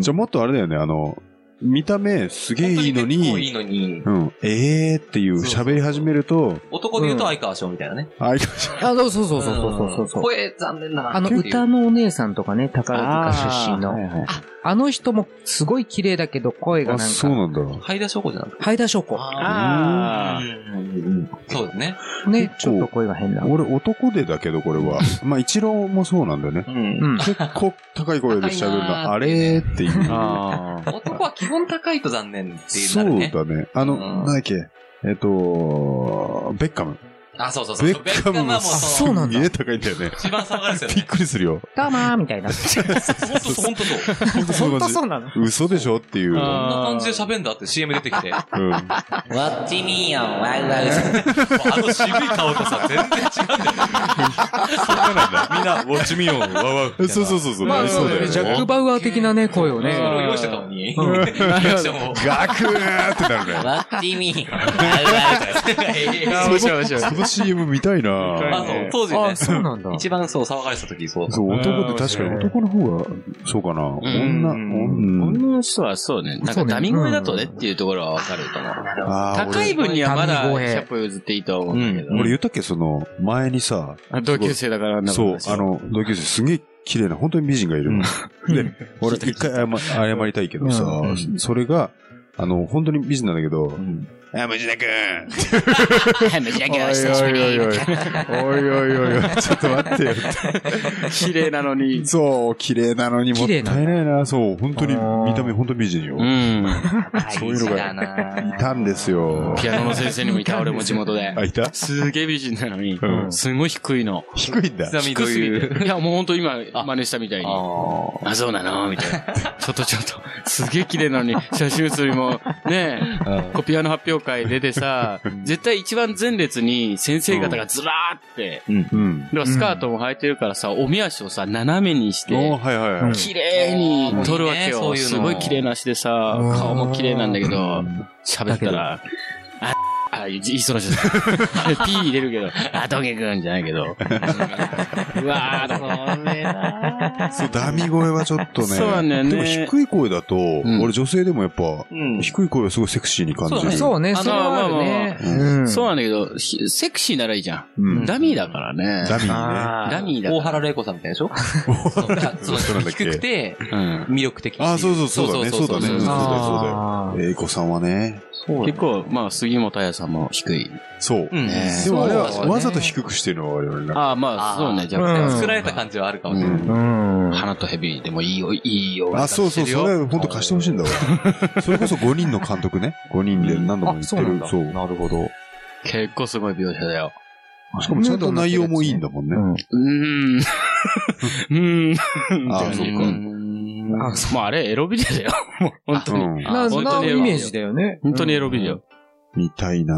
F: じゃあもっとあれだよね、あの、見た目すげえいいの
G: 本当結構いい
F: に、
G: のに。
F: うん、えーっていう
G: そうそうそ
F: 喋
G: う
F: り始めると、
G: 男で言うと相川翔みたいなね。
F: あ、いかし
E: あ、そうそうそうそうそうそうそう。
G: 声残念だな
E: あの、歌のお姉さんとかね、宝塚出身の。
F: ら。
E: あの人もすごい綺麗だけど声が
F: あ、
E: なん
F: そう
E: か、
F: なんだ。
G: ハイダ証拠じゃなくて。
E: ハイダ証拠。
D: あー
G: そうですね。
E: ね、
F: 結
E: ち
F: 構
E: ょっと声が変な。
F: 俺男でだけどこれは。まあ一郎もそうなんだ よね。
G: うん。
E: うん。
F: 結構高い声で喋る
G: 高いなー
F: の、あれーっていう。
D: あー
G: 男は基本高いと残念っていう
F: そ
G: なる
F: う
G: ね。
F: だね。あ
G: う
F: の、
G: ん
F: なんだっけ、えっと、ベッカム。
G: あ、そうそうそう。
F: ベッカムも
G: はもう
F: す
E: そ
G: そ
E: う
G: の、
E: なんだ
F: げえ高いんだよね。
G: 一番騒がれですよ
F: びっ
G: ね。
F: くりするよ。
E: ダーマーみたいな。
G: 本当そう、本当そう。こ
F: 本当そんな感じ
E: うなの
F: 嘘でしょっていう。うん。
G: んな
D: あ
G: 感じで喋んだって CM 出てきて。あ
F: あ
C: わっちみーよ、わうわう。
G: の渋い顔とさ、全然違うんだよね。みんな、ウォッチミオン、ワウワ ウ。
F: そうそうそうそう。
E: ま
F: な
E: あ、
F: り
E: そ
F: そうう
E: だよ
F: だよ
E: ね。
F: ね。
E: ジャック・バウアー的なね、声を
G: それを
E: ね。
G: 用意してたのに。リアクションを。
F: ガクーってなるね。
C: わっちみーよ、わうわ
D: ー面白い面白い
F: その CM 見たいな
D: 見たい
G: あ、
D: ね
G: そう、当時
E: あ、
G: ね。
E: そうなんだ。
G: 一番そう、騒がれてた時、そう。
F: そう、男って
D: 面
F: 確か
D: 白い
F: に男の方が、そうかな。
D: ん
F: 女、女。
D: 女の人はそうね。なん
E: そ
D: か
E: うね
D: ダミ声だとねっていうところはわかると思う。
F: あー
D: 高い分にはまだ
E: ダミ声
D: 100歩譲っていいと思うんだけど。
F: 俺俺言ったっけ、その、前にさ、
D: あ同級生だからなんか
F: そう、あ、の、同級生すげえ綺麗な、本当に美人がいるの。で、俺一回謝謝りたいけどさ、それが、あの、本当に美人なんだけど、あ、無事 だくん
D: はい、無事だけど、久しぶり。
F: おいおいおいおいおいおいおい、ちょっと待ってよって。
D: 綺麗なのに。
F: そう、綺麗なのにもったいないな。そう、本当に、見た目本当に美人よ。
D: ん。
F: そういうのが、いたんですよ。
D: ピアノの先生にもいた、俺も地元で
F: あ、。いた
D: すげえ美人なのに
F: う、ん
D: すごい低いの。
F: 低いんだ。
G: み
D: 低すぎて。いや、もう本当今、真似したみたいに。
G: あ
D: あ、そうなのみたいな。ちょっとちょっと、すげえ綺麗なのに、写真写りも、ねえ、コピアの発表会出てさ、絶対一番前列に先生方がずらーって、
F: うん。
D: でもスカートも履いてるからさ、おみ足をさ、斜めにし
F: お
D: て、
F: はいはいはい。
D: 綺麗に撮るわけ
G: うんいい
D: よ。
G: ねそうい
D: す
G: うの
D: ごい綺麗な足でさ、顔も綺麗なんだけど、喋ったら、あ、あ、いいそうな人だ。ピー入れるけど、あ、トゲくんじゃないけど。うわー、それな
F: そう、ダミ声はちょっとね。
D: そうなんだよね
F: でも低い声だと、
D: ん
F: 俺女性でもやっぱ、
G: うん。
F: 低い声はすごいセクシーに感じる。
E: そう
D: あ
E: ね、
D: の
E: それはあるね。
F: まあまあま
E: うん
D: そうなんだけど、ひセクシーならいいじゃ。
F: うんん
D: ダミーだからね。
F: ダミーね。
E: あー
D: ダミーだ
G: 大
D: か
G: 原玲子さんみたいでしょ そう、
F: そうなんだっけ
G: 低くて、
D: ら。うん
G: 魅力的。
F: あ、そうそうそうだね。そうだね。そうだよ、そうだよ。
E: あー
F: 英子さんはね。
D: 結構、まあ、杉本彩さんも低い。
F: そう。
G: うん
D: ね
F: でもあれは
G: そうね
F: わざと低くしてるのは我々なんか。
D: ああ、まあ、そうね、若
E: う
D: 干。
E: ん
G: 作られた感じはあるかも
D: う
G: しれない。
D: ん
E: うん。
D: 花とヘビでもいいよ、いいよ。
F: あ、そうそう、
G: 知ってるよ
F: それ本当貸してほしいんだわ。それこそ5人の監督ね。5人で何度も言ってる。そう。
E: なるほど。
D: 結構すごい描写だよ。
F: しかもちゃんと内容もいいんだもんね。
D: うーん。うーん。
F: あ
D: って感じ
F: そっか
D: うん
E: あそ
D: まあ、あれ、エロビデオだ よ。もう、本当に。
F: うん。
E: な、
D: 本当
E: な
D: にエ
E: イ
D: ロビデオ
E: メージだよね。
D: 本当にエロビデオ。
F: 見たいな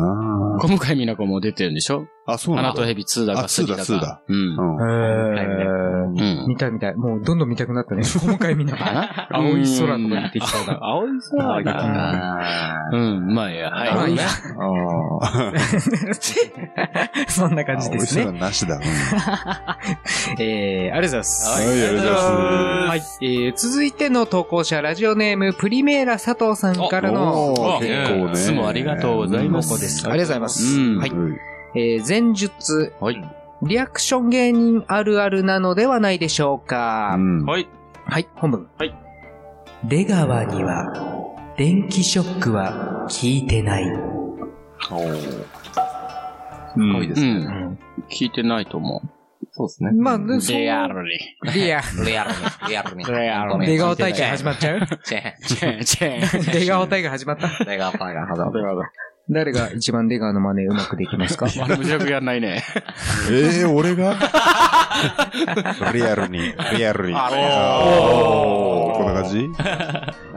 D: 小向井美奈子も出てるんでしょ
F: ぁ。あ、そうな
D: 花
F: ん
D: と
F: だ。
D: ヘビ2だか
F: あ
D: 3だか。
F: ツーだツーだ。
D: う。
F: う
E: へ
F: んん。
E: ー
D: うん。
E: 見たい見たい。もうどんどん見たくなったね。今回見ながら。
D: な
E: 青い空とか言ってきたら。
D: 青い空
E: だ
D: うん、まあいいや、はい。
E: まあいい
D: ね
E: や。
F: ああ。
E: そんな感じで
F: 俺
E: す
F: そ
E: ね
F: ら。なしだ。うん
E: えー、ありがとうございます。
F: はいはいありがとうござい
E: ます。はい、えー、続いての投稿者、ラジオネーム、プリメーラ佐藤さんからの、
F: おー
G: あ
F: 結構ね。
D: いつもありがとうございます
E: 投稿です。ありがとうございます。
D: うん
E: はい。
F: うん
E: えー、前述、
D: はい。
E: リアクション芸人あるあるなのではないでしょうか。
F: うん
D: はい。
E: はい、本文。
D: はい。
E: 出川には、電気ショックは効いてない。
G: すごいです
D: う
G: ね。
D: ん。聞いてないと思う。
C: そうですね。
E: まあ、でそう
D: リアルに。
E: リア。
C: リアルに、リアルに。
D: リアルに
C: ごめん
E: 出川大会始まっちゃう
C: チェーン
D: チェーン、チェーン。
E: 出川大会始まった
C: 出川パイが始まる。
E: 誰が一番出川の真似うまくできますか
D: あれ、無邪気やんないね。
F: ええ、俺が リアルに、リアルに。
D: あ
F: おーこんな感じ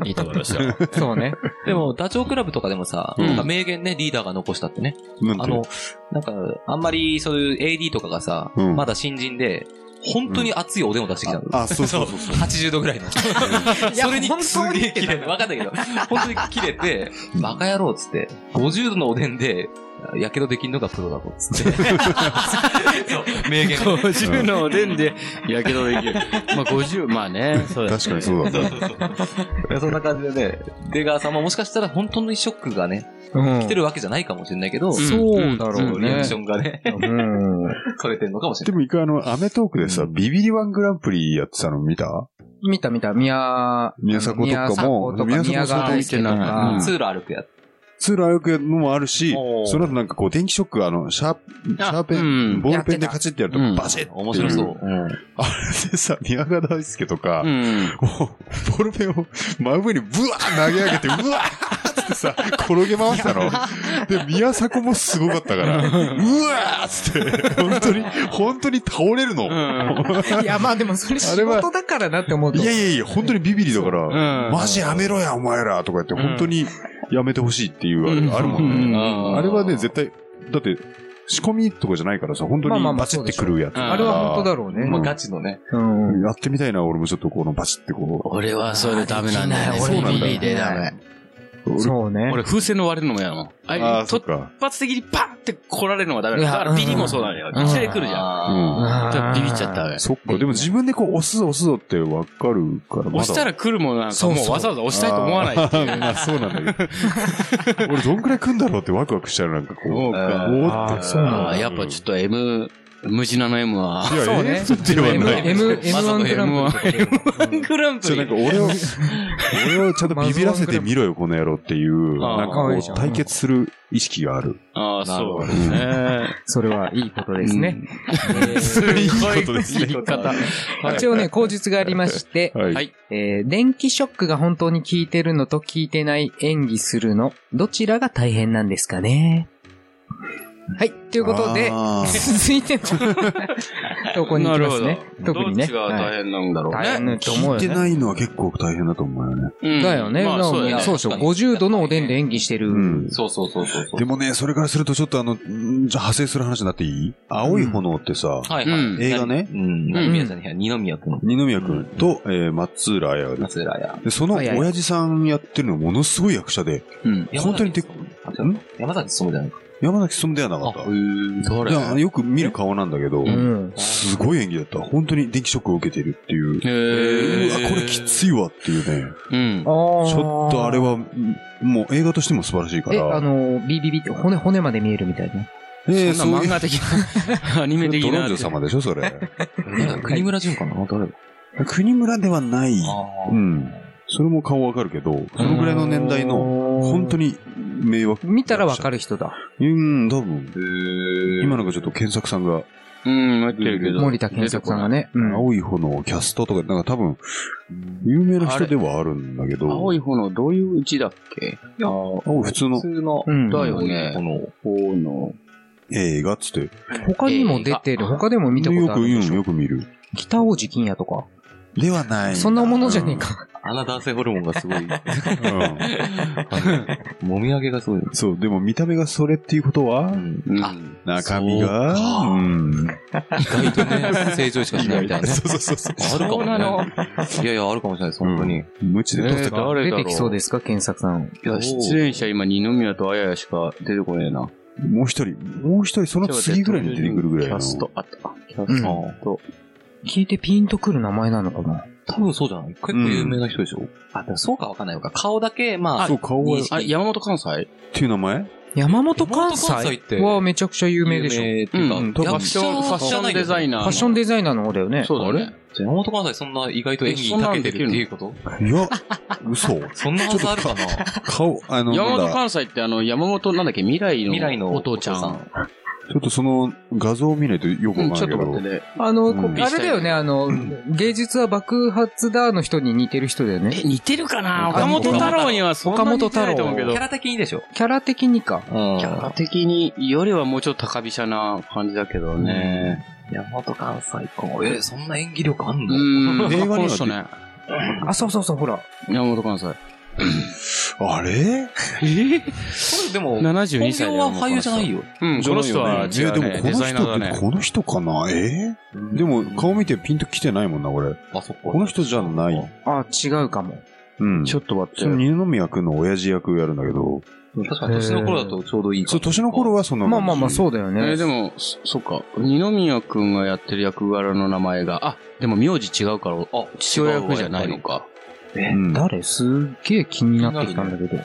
D: いいところでした。
E: そうね。
C: でも、ダチョウ倶楽部とかでもさ、
D: うん
C: なんか名言ね、リーダーが残したってね。
F: なん
C: あ
F: て
C: の、なんか、あんまりそういう AD とかがさ、
F: うん
C: まだ新人で、本当に熱いおでんを出してきたの。
F: あ、そうそうそうそう。
C: 80度ぐらいの。 それにすげえ切れて、わかんないけど、本当に切れて、バカ野郎っつって、50度のおでんで、やけどできんのがプロだぞ、つって。そう名言。
D: 50のおでんで、やけどできる。まあ、50、まあね。そうだ
F: 確かにそうだね。
C: そんな感じでね、出川さんももしかしたら本当にショックがね、
E: うん
C: 来てるわけじゃないかもしれないけど、
E: そうだろう
C: リア
E: ね
C: ク。ションがね、
E: うん。
C: 取れてるのかもしれ
F: で
C: ない。
F: も一回あの、アメトークでさ、ビビリワングランプリやってたの見た
E: 見た見た、宮、
F: 宮迫とかも
E: 宮迫とか
F: 宮
E: 宮
F: 迫さん
E: 川大輔と
D: 見てな
E: か
D: いうん、
C: 通路歩くやつ。
F: 通路歩くのもあるし
C: おー、
F: その後なんかこう、電気ショック、あの、シャープ、シャーペ
D: う
F: ン、
D: ん
F: ボールペンでカチッってやると
D: うん
F: バシッっていう
C: 面白そう。。
F: あれでさ、宮川大輔とか
D: う、ん。
F: もうボールペンを真上にブワー投げ上げて、うわーっつってさ、転げ回したの。で、宮迫もすごかったから、うわーっつって、本当に、本当に倒れるの。
E: いや、まあでもそれ仕事だからなって思うと。
F: いやいやいや、本当にビビリだから、
D: うん
F: マジやめろや、お前らとか言って、本当にやめてほしいっていうあれがあるもんね。
E: うん
D: あー
F: あれはね、絶対、だって、仕込みとかじゃないからさ、本当
E: まあまあ
F: に
E: まあ
F: バチってくるやつ。
D: そうでしょうん
E: あれは本当だろう
C: うん。まあ
E: ね。
C: ガチのね。
E: うん。
F: やってみたいな、俺もちょっとこのバチってこ
D: 俺はそれダメなんだよね。
E: できない
D: ビ
E: 俺
D: ビ
E: で
D: リ
E: き
D: でダ
E: な
D: メ
E: い。そうね。
D: 俺、風船の割れるのもやの。あ
F: う。
D: あいう
F: ああ、そ
D: 突
F: っか。
D: 発的にパンって来られるのがダメ
E: い
D: だ
E: や
D: だからビリもそうなのよ。
E: うん
D: 一斉来るじゃん。
C: あ
E: あー
D: ちょっとビビっちゃったわけ。
F: そっか。でも自分でこう、押す押すぞってわかるから、まだ
D: 押したら来るもんなんか
E: そう
D: も
E: そう
D: うわざわざ押したいと思わないっていう。
F: あー そうなんだけ ど。俺どんくらい来んだろうってワクワクしちゃう、なんかこう。
D: そう
F: お
D: か
F: ーっ
E: あー
F: て。
E: そうなん
D: あーやっぱちょっと M、無地なの M は。
F: いや、
E: そうね
F: えーそうでは
E: M、
F: ない。
E: M、M1 グランプリ。
D: M1 グラン
F: そ
D: プ
F: う、なん
D: リ
F: か。俺を、俺をちゃんとビビらせてみろよ、この野郎っていう、
D: あー
F: なんか
E: あ
F: こ
E: ーいいうじゃん
F: 対決する意識がある。
D: ああ、そうで
F: なる
D: す
F: ほど
D: ね。
E: それはいいことですね。
D: す
F: いいことですね
D: 言い方。
E: 一応ね、口述がありまして、
F: はい。
D: はい
E: えー電気ショックが本当に効いてるのと効いてない演技するの、どちらが大変なんですかねはい、ということで、
F: あ ー
E: 続いての投稿に行きますね。特にね。
D: どっちが
E: はい
D: 大変なんだろう
E: 大変
D: ね。
E: だと思う
F: 聞いて
E: よね。
F: ないのは結構大変だと思うよね。
D: うん
E: だよね。
D: まあそうだ
E: だから
D: よね
E: そうでしょ。50度のおでんで演技してる。
F: うん
C: そうそうそうそうそう。
F: でもね、それからするとちょっとあの、んーじゃあ派生する話になっていい青い炎ってさ、
C: はい
D: うん
C: はい。
F: 映画ね
C: うん。二宮じゃねえや、二宮くん。
F: 二宮くんと、えー松浦綾がね
C: 松浦や。
F: で、その
E: はいはい
F: 親父さんやってるのものすごい役者で、
D: うん。
F: 本当にで
C: あ違う山崎そうじゃないか。
F: 山崎進ではなかった。
D: ど
F: いやよく見る顔なんだけど、
E: うん。
F: すごい演技だった。本当に電気ショックを受けてるってい
D: へ
F: う。うわ、これきついわっていうね。
D: うん
E: あ。ー
F: ちょっとあれは、んもう映画としても素晴らしいか
E: え、あ
F: ら。
E: のー、ビビビって骨、骨まで見えるみたいな。
F: え
D: そんな漫画的 な、アニメ的
F: ドロ
D: な。
F: ンジョ様でしょ、それ。
C: 国村淳かな誰だ
F: 国村ではない。
C: あ
F: うん。それも顔わかるけど、そのぐらいの年代の、本当に迷惑。
E: 見たらわかる人だ。
F: うん、多分。今なんかちょっと検索さんが、
D: うん、待ってるけど。
E: 森田健作さんがね。うん。
F: 青い炎、キャストとか、なんか多分、有名な人ではあるんだけど、
D: 青い炎、どういう字だっけ
G: いや、
F: 青い普通の
G: 普通の
E: う、ん
D: だよね。
G: この、
D: 炎。
F: 映画っつって、
E: 他にも出てる。他でも見たことあるで
F: よ
E: し
F: く、うん、
E: ょ
F: よ。く見る。
E: 北王子金也とか。
F: ではない。
E: そんなものじゃねえか。
G: あの男性ホルモンがすごい、
F: うん。
G: もみあげがすごい。
F: そう、でも見た目がそれっていうこと
D: あ、
F: は、中身が、
G: そうか
F: うん。
G: 意外とね、成長しかしないみた いなね。
F: そうそうそう そう。
G: あるか
D: そ
G: も
D: うなの
G: ね。いやいや、あるかもしれないです、本当に。
F: 無知で撮
D: え
F: って
D: ー
F: た。
D: 誰
E: 出
D: だろ
E: てきそう
D: う。
E: ですか、健作さん。
D: いや、出演者今、二宮とあややしか出てこねえな。
F: もう一人、もう一人、その次ぐらいに出てくるぐらい
D: キ
F: の。
D: ャスト、あった。キャスト。
E: 聞いてピンとくる名前なのかな
G: 多分そうじゃない結構有名な人でしょあ、でもそうかわかんないのか。顔だけ、まあ、
F: そう、顔が、っ
D: あ、山本関西
F: ていう名前
E: 山本関西
G: 山本関西って
E: はめちゃくちゃ有名でしょ。
G: 有名っていうか、
D: うん
G: 多分
D: ファッション、ファッションデザイナー。
E: ファッションデザイナーの方だよね。
D: そうだね。
G: じゃあ山本関西そんな意外と演技に長けてるっていうこと
F: いや、嘘。
G: そんなはずあるかな
F: 顔、あの、な
D: 山
F: ん
D: 本
F: だ、
D: 関西ってあの、山本なんだっけ、未来の
G: 未来の
D: お父ちゃ
G: お父さ
D: ん。
F: ちょっとその画像を見ないとよく
D: う
F: わ
D: ん、
F: か
D: ちょ
F: ら
D: っ
F: ない
D: と
F: けど
D: 待って、ね。
E: あの、
F: うん
E: あれだよね、あの、芸術は爆発だの人に似てる人だよね。
D: 似てるかな
E: 岡
D: 岡
E: 本
D: 本太郎にはそんなに似てないと思う
E: 岡
D: け
E: 本
D: ど。
G: ラ的にでしょ
E: キャラ的にか。
G: うん。
D: キャラ的によりはもうちょっと高飛車な感じだけどね。
G: 山本関西か。えー、そんな演技力あん
D: う
G: の
D: ん、
F: 映画
D: この
F: には
D: 人ね。
E: あ、そうそうそう、ほら。
D: 山本関西。
F: あれ
G: これでも、
D: 72
G: 本
D: 歳
G: 業は俳優じゃない
D: よ。
G: よ。
D: うん、この人は
F: じゃ
D: 違
F: あ
D: う
F: でも
D: ね。
F: こ
D: デ
F: の
D: ザイナーだ
F: 人
D: ね
F: って。この人かなえーでも顔見てピンと来てないもんな、これ。
G: あ、そっか。
F: この人じゃない。
E: あ、違うかも。
F: うん。
D: ちょっと待って
F: そ。の二宮君の親父役をやるんだけど、
G: 確かに年の頃だとちょうどいいか
F: そ
G: も
F: う、年の頃はそんな
E: まあまあまあ、
F: う。
E: そうだよ
D: え
E: ね。
D: ーでも、そそっか。二宮くんがやってる役柄の名前が、あ、でも名字違うから、あ、父親役じゃないのか。
F: うん
E: 誰すっげえ気になってきたんだけど。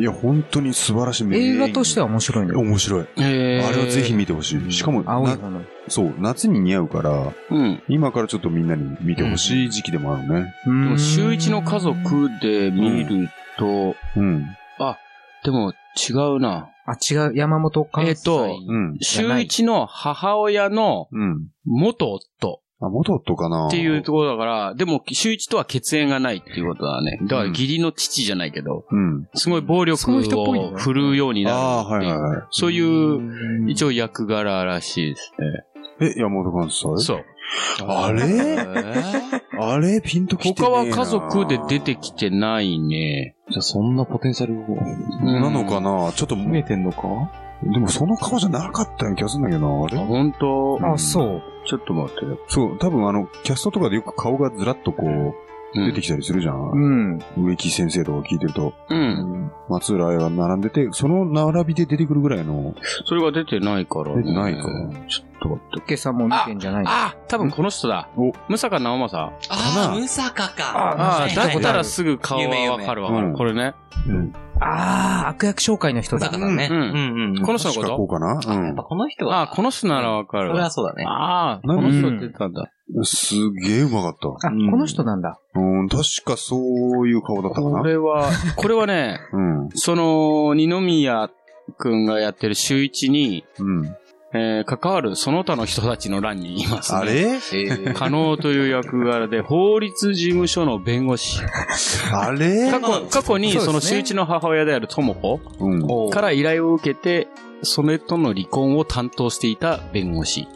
F: いや、本当に素晴らしい。
E: 映画としては面白いのよ。
F: 面白い。
D: えー
F: あれはぜひ見てほしい。しかも、
E: 青い
F: な
E: 方の。
F: そう、夏に似合うから、
D: うん。
F: 今からちょっとみんなに見てほしい時期でもあるね。
D: で
E: で
D: も、週一の家族で見ると、
F: うん。
D: でも、違うな。
E: あ、違う。山本関西。
D: えっと
F: うん。
D: 週一の母親の
F: うん。
D: 元夫
F: あ、元夫かな
D: っていうところだから、でも、週一とは血縁がないっていうことだね。だから、義理の父じゃないけど、
F: うん。
D: すごい暴力
E: そういう人っぽいね
D: を振るうように
F: あ
D: な
F: あー、
D: るって
F: はい
D: いう。
F: はいはい。
D: そういう、一応役柄らしいです
F: え、山本関
D: ね。
F: 西
D: そう。
F: あれあれピンときてね
D: 他
F: えな
D: は家族で出てきてないね。
G: じゃあそんなポテンシャルを
F: なのかなちょっと、
G: 見え
F: で
G: てんのか
F: もその顔じゃなかったような気がするんだけど
D: あ、
F: な、あれ
D: 本当
E: あ、そう。
D: ちょっと待ってよ。
F: そう、多分あの、キャストとかでよく顔がずらっとこう、
D: うん
F: 出てきたりするじゃ。
E: うんん。
F: 植木先生とか聞いてると、
D: うん。
F: 松浦愛が並んでて、その並びで出てくるぐらいの、
D: それが出てないから、ね。
F: 出てない
D: ち
F: か
D: ょっと待って。
E: トケさんも見てんじゃないの
D: あ多分この人だ。
F: お
D: ムサカ直政。
F: あー
G: ムサカ
E: かあー
D: だ
E: だ
D: っ
E: ったた
D: ら
E: ら
D: すぐ顔
G: は
D: はわ
G: わ
D: か
G: か
D: る
G: る
F: わ
D: わ、
F: うん
D: これね。
E: あー、悪役紹介の人
G: ムサ
E: だ
G: カ。だね。
D: うん
G: うんうん
D: この人の
F: 確
D: こ
F: かことうかな
G: やっぱこの人は、
D: あーこの人ならわか
G: そ
D: る
G: れ
D: わ
G: は。そうだね。
D: ああ、
F: な
D: こ
F: ん
D: の
F: か
D: 人出てたんだ。
F: うん。すげえうまかった。
E: あ、この人なんだ。
F: うん、確かそういう顔だったか
D: こ
F: な。
D: れは、これはね、
F: うん。
D: その、二宮くんがやってる週一に、
F: うん。
D: えー関わるその他の人たちの欄にいますね。
F: あれ
D: 可能という役柄で、法律事務所の弁護士。
F: あれ
D: 過去、過去に、その周一の母親である智子
F: うん。
D: から依頼を受けて、それとの離婚を担当していた弁護士。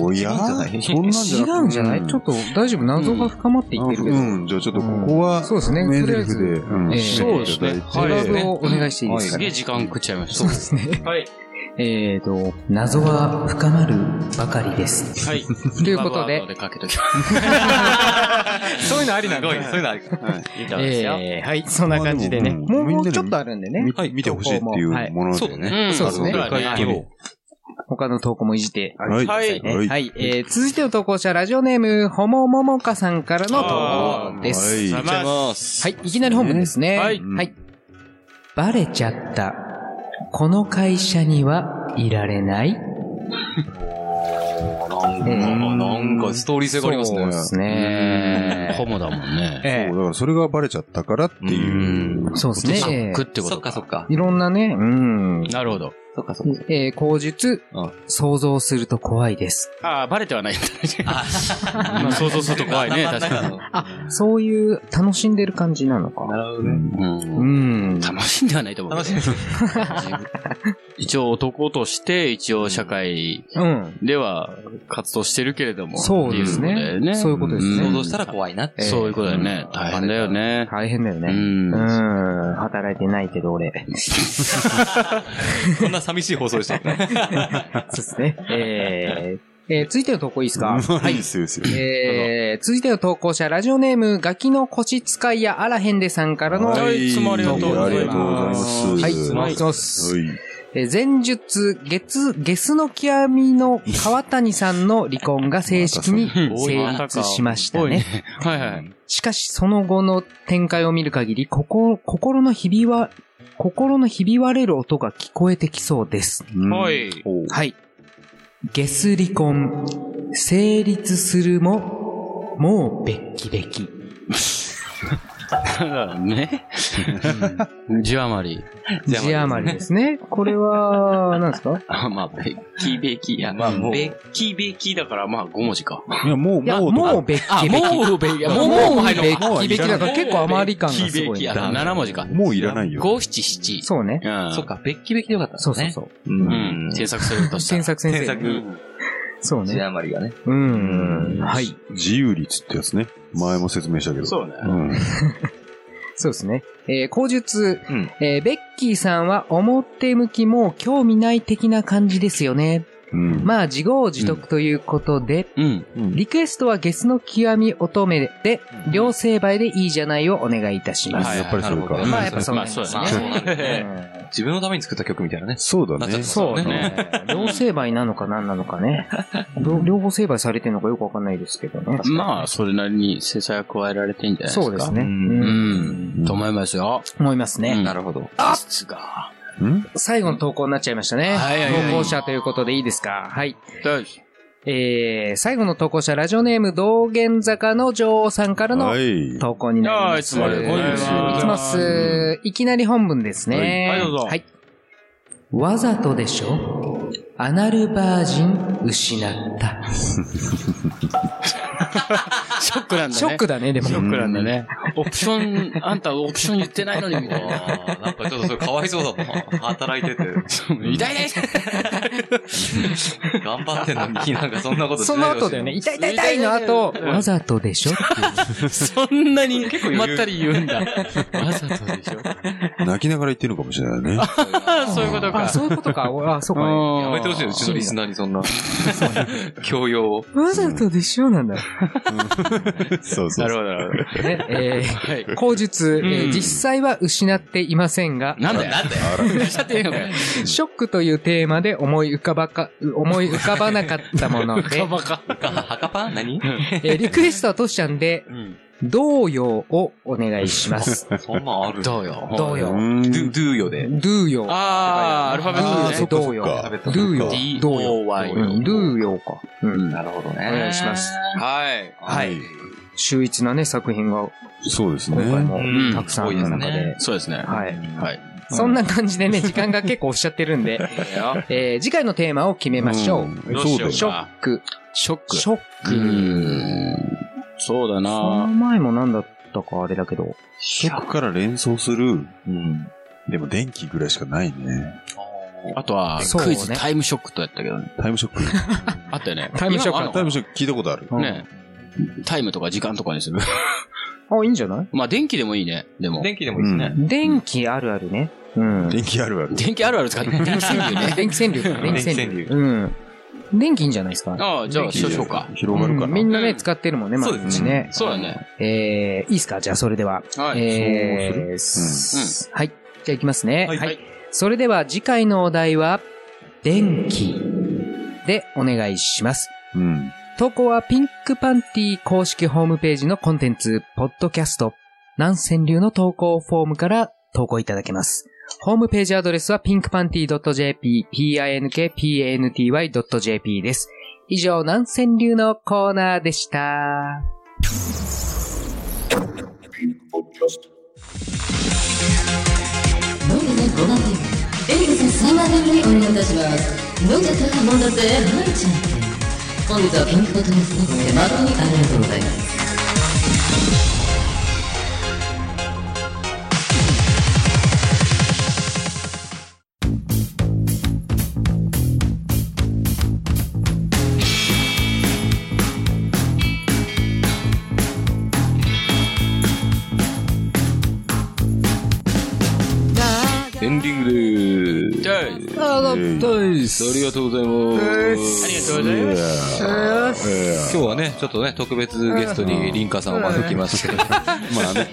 F: おやそんなんじゃ
E: 違
F: なく
E: うんじゃない、ちょっと大丈夫謎が深まっていってるけど。
F: うん、じゃあちょっとここは、
E: そうですね。
F: メ
E: と
F: ー
E: りあ
F: ル
E: えず、
F: で、うん
E: えー
F: 締めていただいて
D: そうですね
E: ラブ
D: はい
E: をお願いしていいです
D: す
E: か、
D: げえ
E: ね
D: 時間食っちゃいました。
E: そうですね。
D: はい。
E: えーと、謎は深まるばかりで す。
D: はい。
E: ということで
D: ババアかけとき
E: そういうのありなんだ。
G: そういうのある。
D: はい。いいと思いますよ。
E: えー、はい、そんな感じでね。
F: まあで
E: も
F: も
E: う、も
F: みんなで
E: うちょっとあるんでね。
F: み見てほしいっていうものでね。
D: うん
E: そうですね
D: あと
G: はい
D: 一回
E: 他の投稿もいじって。
F: はい。
D: はい
E: ね
F: はい
E: はい、えー、続いての投稿者、ラジオネーム、ほもももかさんからの
D: あ
E: 投稿です。
F: はい
D: ざます
E: はい、いきなり本文ですね。
D: はい
E: はい。バレちゃった。この会社にはいられない
G: なんか、なんかストーリー性がありますね。
E: そうですね。
D: ホモだもんね。
E: ええ
F: そうだからそれがバレちゃったからっていう。
E: そうですね。
D: ショックっ
E: え
D: てこ
C: そっ
D: と
C: か
D: か。
C: そっか。
E: えいろんなね、うん。
D: なるほど。
C: そっかそっか。
E: えー口述
C: あ、
E: 想像すると怖いです。
D: ああ、バレてはない。まあ想像すると怖いね、確かに。
E: あ、そういう楽しんでる感じなのか。
C: るほどね。
E: う
D: うん
E: ん。
D: 楽しんではないと思う
C: 楽
D: け
C: し
D: ど。
C: みです。
D: 一応男として、一応社会
E: うん。
D: では活動してるけれども。
E: そうです
D: っていうことだ
E: ね
D: よ。ね
E: そういうことです
D: うん
E: ね。
C: 想像したら怖いなって。
D: そういうことだよね。
C: うん
D: 大変だよね。
E: 大変だよ
D: う。
E: ね。うんん。働いてないけど、俺。
C: こんな寂しい放送でした。
E: そうですね。えー、えー、続いての投稿いいですか
F: いいですよ、いいですよ。
E: えー、続いての投稿者、ラジオネーム、ガキの腰使いやあらへんでさんからの、
D: はいい、いつもありがとうございます。
F: ありがとうございます
E: はい、
F: は
E: はい、
F: はい。
E: えー前述、月、ゲスの極みの川谷さんの離婚が正 式に成立しました
D: 多い
E: ね。
D: ね。はいはい。
E: しかし、その後の展開を見る限り、心、心のひびは、心のひび割れる音が聞こえてきそうです。
D: はい。
E: はい。ゲス離婚、成立するも、もうべっきべき。
D: ただね。字余り。
E: 字余りですね。これは、何ですか
D: あ、 まあ、べっきべき。いや、まあ、
F: もう
D: べっきべきだから、まあ、5文字か。
F: いや、もう、
E: いや、
F: もう、
E: もうべっきべき。
D: うべき
E: もうべっきべきだ
D: だ
E: から結構余り感がすごいね。
D: 7文字か。
F: もういらないよ
D: 5、7、7。
E: そうね。
D: うん。
C: そっか、べっきべきでよかったん
E: そう
C: だ
E: そう
C: ね。
E: そう。
D: うん。添削するとした
E: 添
D: ら。
E: 削先生。そう
C: 字
E: ね。
C: 余りがね。
E: うん。はい。
F: 自由率ってやつね。前も説明したけど。
D: そうね。
F: うん。
E: そうですね。えー、口述。
C: うん
E: えーベッキーさんは表向きもう興味ない的な感じですよね。
F: うん。
E: まあ、自業自得ということで、
D: うん。
E: リクエストはゲスの極み乙女で、両成敗でいいじゃないをお願いいたします。
D: はい
F: やっぱりそれ
C: なるほど
F: か。
E: まあ、やっぱそうなんですね。
D: まあそうだね
E: うん
C: 自分のために作った曲みたいなね。
F: そうだ
C: なっ
F: ね。
C: ちゃ
E: そうね。両成敗なのか何なのかね。ど両方成敗されてるのかよくわかんないですけどね。
D: まあ、それなりに制裁は加えられてんじゃないですか。
E: そうですね。う
D: うんん。と思いますよ。
E: 思いますね。
D: うん
C: るほど。
D: あすが。
F: うん
E: 最後の投稿になっちゃいましたね。
D: はいはいはい
E: 投稿者ということでいいですかはい。
D: 大丈
E: えー、最後の投稿者、ラジオネーム、道玄坂の女王さんからの
F: はい。
E: 投稿になります。
D: あーいつもありが
F: とうございます
E: いつもっす。いきなり本文ですね。
D: はいはいどうぞ
E: はい。わざとでしょアナルバージン失った。
D: 夫。ショックなんだね。
E: ショックだね、でも
D: シ。ョックなんだね。オプション、あんたオプション言ってないのに、みたいな。
C: あーなんかちょっとそれかわいそうだもん。働いてて。
D: 痛い痛い痛い
C: 頑張ってんのに、なんかそんなことし
E: そ
C: ない
E: の
C: でほし
E: 後
C: い
E: だよね。。痛い痛い痛いの後、わざとでしょってい う
D: そんなに、まったり言うんだ。わざとでしょ
F: 泣きながら言ってるのかもしれないね。
D: あ そういうことか。
E: あ、そうい うことか。あ、そうかね。
C: や
D: や
C: めてほしいよ、うちのリスナーにそんな、教養を。
E: わざとでしょなんだ。
F: そうそ
D: なるほ
F: うそう。
D: ど、なるほ
E: ね、えー、
D: ど。はい。
E: 口述、えー
D: うん
E: 実際は失っていませんが、
D: なんだよ。なんだよ。しちゃっていいのかよ。
E: ショックというテーマで思い浮かばか、思い浮かばなかったもので、
D: バカ。
C: はかぱ何
E: えーリクエストはトシちゃんで、
D: うん。
E: 同様をお願いします。
C: そんなんある。
D: どうよ。
E: 同
F: う
E: 様。
F: ん
C: ドゥ、ドゥよで。
E: do よ。
D: あー、アルファベット
E: あー
D: で
E: そ
D: ね
E: っ。か同様。
F: そっか
E: do よ。
D: D
E: 同様。
D: O Y
E: うん do よか。うん。
C: なるほどね。
E: お願いします。
D: はい。
E: はい。秀逸なね、作品が
F: そうです
E: 今回
F: ね。
E: も
D: うん
E: たくさんあった中
C: 多いで
E: で。
D: そうですね。
E: はい
D: はい。
E: そんな感じでね、時間が結構押しちゃってるんで、えー次回のテーマを決めましょう。
F: んそうだよ。
E: ショック。
D: ショック。
E: ショック。
D: そうだ
E: そ
D: な
E: の前も何だったかあれだけど。
F: ショックから連想する。うん。でも電気ぐらいしかないね。
D: あとは、
E: そうね
D: クイズタイムショックとやったけどね。
F: タイムショック。
D: あったよね。
E: タイムショック
D: 今あんの
F: タイムショック聞いたことある。
D: ね。タイムとか時間とかにする。
E: あ、いいんじゃない
D: まあ、電気でもいいね。でも。
C: 電気でもいいですね。
E: 電気あるあるね。うん。
F: 電気あるある。
D: 電気あるある 使って。電気川柳ね。
E: 電気川柳か。電気川柳。うん。電気いいんじゃないですか。
D: ああ、じゃあ、しょしょうか。
F: 広がるか
E: うん
F: な。
E: みんな
D: う
E: ね、
D: ん
E: 使ってるもんね、
C: そ
E: 毎
C: うで
E: 日ね。
D: そうだね。
E: えー、いいっすかじゃあ、それでは。
D: はい。
E: えー、すはい。じゃあ、いきますね。
C: はい
E: はい。それでは、次回のお題は、電気でお願いします。
F: うん。
E: 投稿はピンクパンティ公式ホームページのコンテンツ、ポッドキャスト、南川流の投稿フォームから投稿いただけます。ホームページアドレスは pinkpanty.jp、p-i-n-k-p-a-n-t-y.jp です。以上、南川流のコーナーでした。
B: 飲んで5番目エリカさん3番目にお願いいたします飲んじゃったら飲んだぜはいちゃん本日はピンクボトルスナック誠にありがとうございます
G: エンディングでーす。ありがとうございます。ありがとうございます。今日はね、ちょっとね、特別ゲストにリンカさんを招きまして。まあね。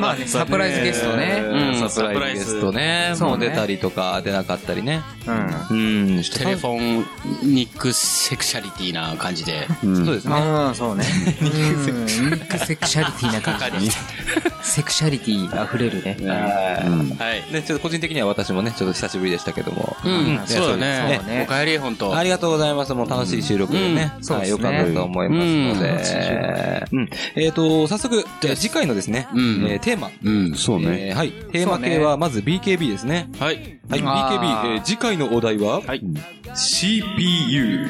E: まあね、サプライズゲストね。
G: うん、サプライズゲストね。
E: そうね
G: もう出たりとか出なかったりね。
E: うん。
D: うん、テレフォンニックセクシャリティな感じで。
G: そうですね。
E: ああ、そうね。うんニックセクシャリティな感じ。セクシャリティ溢れるね。
D: はい。
G: ね、ちょっと個人的には私もね、ちょっと久しぶりでしたけども。
D: うん、
G: ね
D: そうだ
E: そう
D: ね。
E: だね
D: お帰り、ほんと。
G: ありがとうございます。もう楽しい収録でね。
E: うんそう
G: は
E: で
G: い、
E: す
G: よ
E: ね
G: かったと思いますの
D: うん
E: 楽しい収
G: で。うん。えっと、早速、じゃあ次回のですね、え
D: うん
G: ーテーマ。
D: うん。
F: そうね。
G: えーはい。テーマ系は、まず BKB ですね。
D: はい。
G: は
E: あ
G: い、
E: ー
G: BKB、えー次回のお題は、
D: はい
G: CPU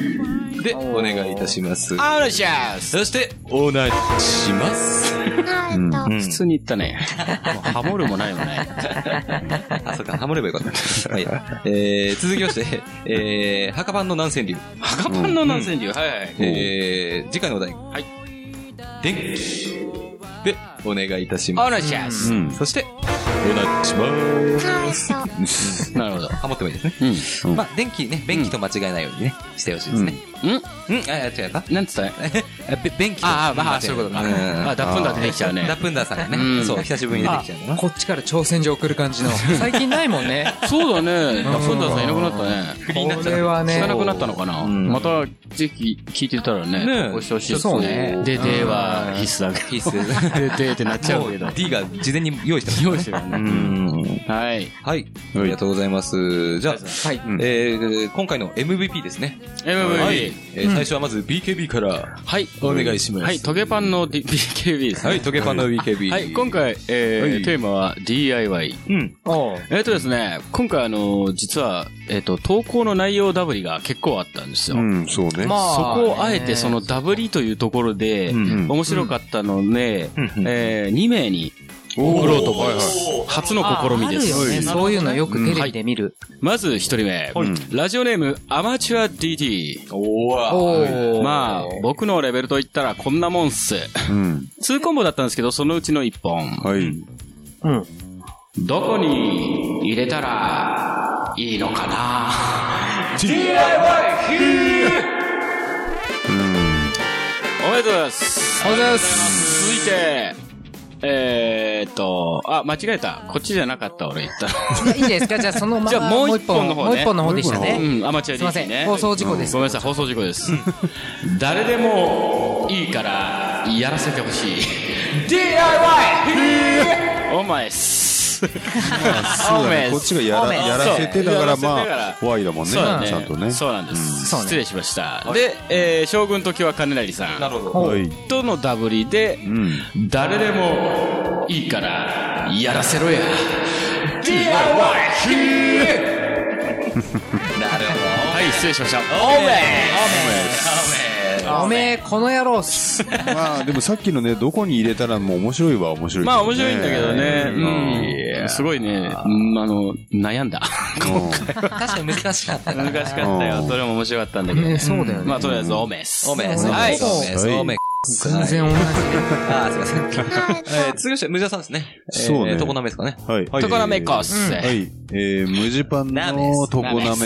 G: でお願いいたします。
D: あらしゃーす
G: そして、お願いします。
D: うん普通に言ったね。もうハモるもないも ない。
G: あ、そうか、ハモればよかった。はい。えー、続きまして、えー、墓番の南千流。
D: 赤パンの南千流。はいはい。
G: えー、次回のお題。
D: はい。
G: 電気。で、お願いいたしま
D: あ
G: す。
D: らしゃーす。
F: うん。
G: そして、お願いします。
D: なるほど。
G: ハモってもいいですね。
D: うん。
F: うん
G: まあ、電気ね、便器と間違えないようにね、してほしいですね。
D: うん
G: うん、あ、違うか
D: なんつったね
G: あべ便器と
D: ああ、ま
G: 間違
D: あ、そういうことか。
G: ん
D: あ、ダップンダー出てきちゃうね
G: ダ。ップンダーさんがね、
D: うん
G: そう、久しぶりに出てきちゃうんだな。
E: こっちから挑戦状送る感 じの。最近ないもんね。
D: そうだね。ダップンダーさんいなくなったね。
E: これは
D: 聞
E: ね
D: かな。くなったのかな
G: うん
D: また、ぜひ聞いてたら
G: ね
D: ね、ご視聴して
E: そうね
D: で、では必須だけ
G: ピース。
D: ど。で、でってなっちゃ
G: も
D: う
G: う
D: けど。
G: D が事前に用意してます。
D: 用意してるね。はい。
G: はい。ありがとうございます。じゃあ、
E: はい。
G: えー今回の MVP ですね。
D: MVP。
G: えー最初はまず BKB から。
D: はい。
G: お願いします
D: はい、トゲパンの BKB ですね。
G: はい、トゲパンの BKB。
D: はい、今回、えー
G: はい
D: テーマは DIY。
G: うん。
E: おう
D: えっ、とですね、今回あの、実は、えっ、と、投稿の内容ダブりが結構あったんですよ。
F: うん、そうね。
E: ま
D: そ
E: あ
D: こをあえてそのダブりというところで、
F: うん
D: 面白かったので、え2名に
F: おー
D: 送ろうと思いま
F: は
D: す。初の試みで
E: ああるよね
D: す。
E: そういうのよくテレビで見る。
D: まず1人目、ラジオネームアマチュア DT。
G: おー
E: お
D: まあ、僕のレベルといったらこんなもんっす。
F: うん。
D: 2コンボだったんですけど、そのうちの1本。
F: はい。
D: どこに入れたらいいのか なおめでとうございます。おめでとうございます。続いて、えーっと、あ、間違えた。こっちじゃなかった、俺言った。
E: あ、いいんじゃないですかじゃあそのまま。
D: じゃあもう一本の方ね
E: もう一本の方でしたね。
D: うん、アマチュア
E: すいませ
D: DC ね。
E: ん。放送事故です
D: ご。めんなさい、放送事故です。誰でもいいから、やらせてほしい。DIY! お前っす。
F: そうだね。こっちがや
E: オー
F: ら
E: メン
F: やらせてだから、
D: そうやらせてだ
F: ま
D: か
F: あ、Y だもんね。ち
D: そうだね。
F: ゃんとね。
D: そうなんで
F: うん
D: す。
E: そうね
D: 失礼しました。で、えー将軍時は金成さん。
G: なるほど。
F: はい。
D: とのダブリで、
F: うん。
D: 誰でもいいからやらせろや DIY!
G: なる
D: はい、失礼しました。オーメ
E: おめえ、この野郎っす。
F: まあ、でもさっきのね、どこに入れたらもう面白いは面白いけ
D: ま
F: どね。
D: あ面白いんだけどね。うん。すごいね、うんあの、悩んだ。
F: うん。
G: 確かに難しかった。
D: 難しかったよ。
F: うん
D: どれも面白かったんだけど
E: ね
D: ね。
E: そうだよね。
D: まあとりあえず、オーメス。
G: おめえ、おめえ、お
E: は
G: め
E: い
G: え、おめえ。
E: 全然同じ。
G: あー、すいません。えー、続きまして、ムジャさんですね。
F: そうね
G: えー、トコナメですかね。
F: はい。
D: ところめこっす。
F: はい。えー、ムジパンの常滑が、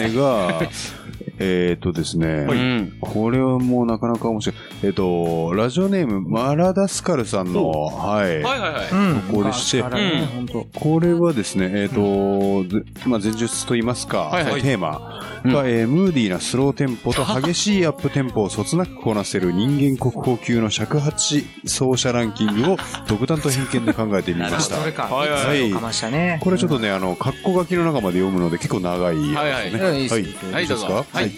F: えーっとですね
D: う、ん。
F: これはもうなかなか面白い。えっと、ラジオネーム、マラダスカルさんの、はい。
D: はいはいはい。
E: うん。
F: ここでして
E: 昔からね
D: うん
E: ほんと
F: これはですね、えっと、ぜまあ前述と言いますか、
D: はいはい
F: テーマが、えームーディーなスローテンポと激しいアップテンポをそつなくこなせる人間国宝級の尺八奏者ランキングを独断と偏見で考えてみました
E: そ。れか。
D: はいはい
F: はい
E: かましたね。
F: これちょっとね、あの、格好書きの中まで読むので結構長い。
D: はいはい。
E: うんいいっす
F: はい
E: いいっす
F: はい、
D: はい
F: いです
D: どうぞ
F: か
D: はい。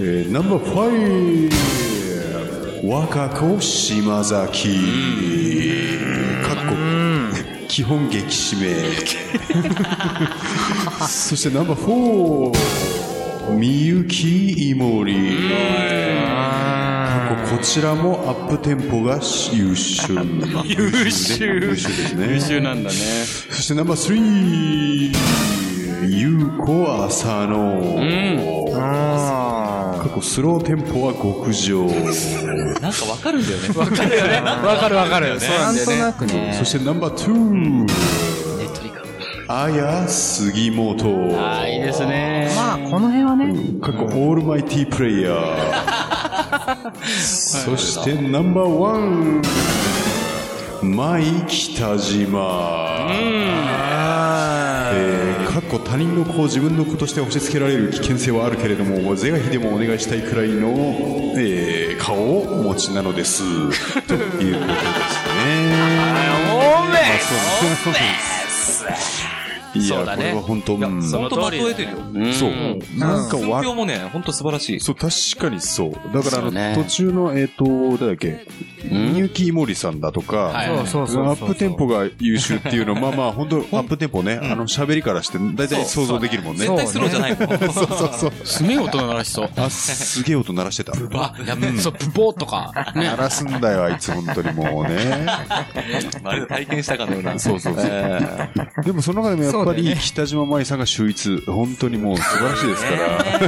F: えーナンバーファイブ若子島崎かっこ基本激 しめそしてナンバーフォーみゆきいもりかっここちらもアップテンポが優 秀優秀優秀ですね
D: 優秀なんだね。
F: そしてナンバースリー、ゆうこあさの。過去スローテンポは極上。
G: なんかわかるんだよね。 わ
D: わ
G: か
D: かるわかる。そう
E: な
D: なん
E: ん
D: だよ
E: と
D: ね。
E: なくね。
F: そしてナンバーツー、あや杉本。
D: あーいいですね。
E: まあ、この辺はね、
F: 過去オールマイティープレイヤー。そしてナンバーワン、マイ北島。えー過去他人の子を自分の子として押し付けられる危険性はあるけれども是が非でもお願いしたいくらいの、えー顔をお持ちなのですということですね。そうですいや
D: そうだね
F: これは本当、うん
D: その
G: 本当まとえてるよ。
F: そう、なんか
G: 数
F: わ
G: 票もね、本当素晴らしい。
F: そう、確かにそう。だから、あ
D: そ
F: の、
D: うね
F: 途中の、えっ、と、誰だっけ、
D: ん
F: みゆきいもりさんだとか、
D: はい
E: そうそうそうそう。
F: アップテンポが優秀っていうの、まあまあ、本当アップテンポね、あの、喋りからして、大体想像できるもんね。
G: 絶対スローじゃないもん。
F: そうそう そう。
D: すげえ音鳴らしそう。
F: あ、すげえ音鳴らしてた。
D: ば、やべそう、ブボーとか。
F: 鳴らすんだよ、あいつ、本当にもう ね。
G: まるで体験したかのような。
F: そうそうそうでも、その中でもやっぱり、北島舞さんが秀逸。本当にもう素晴らしいで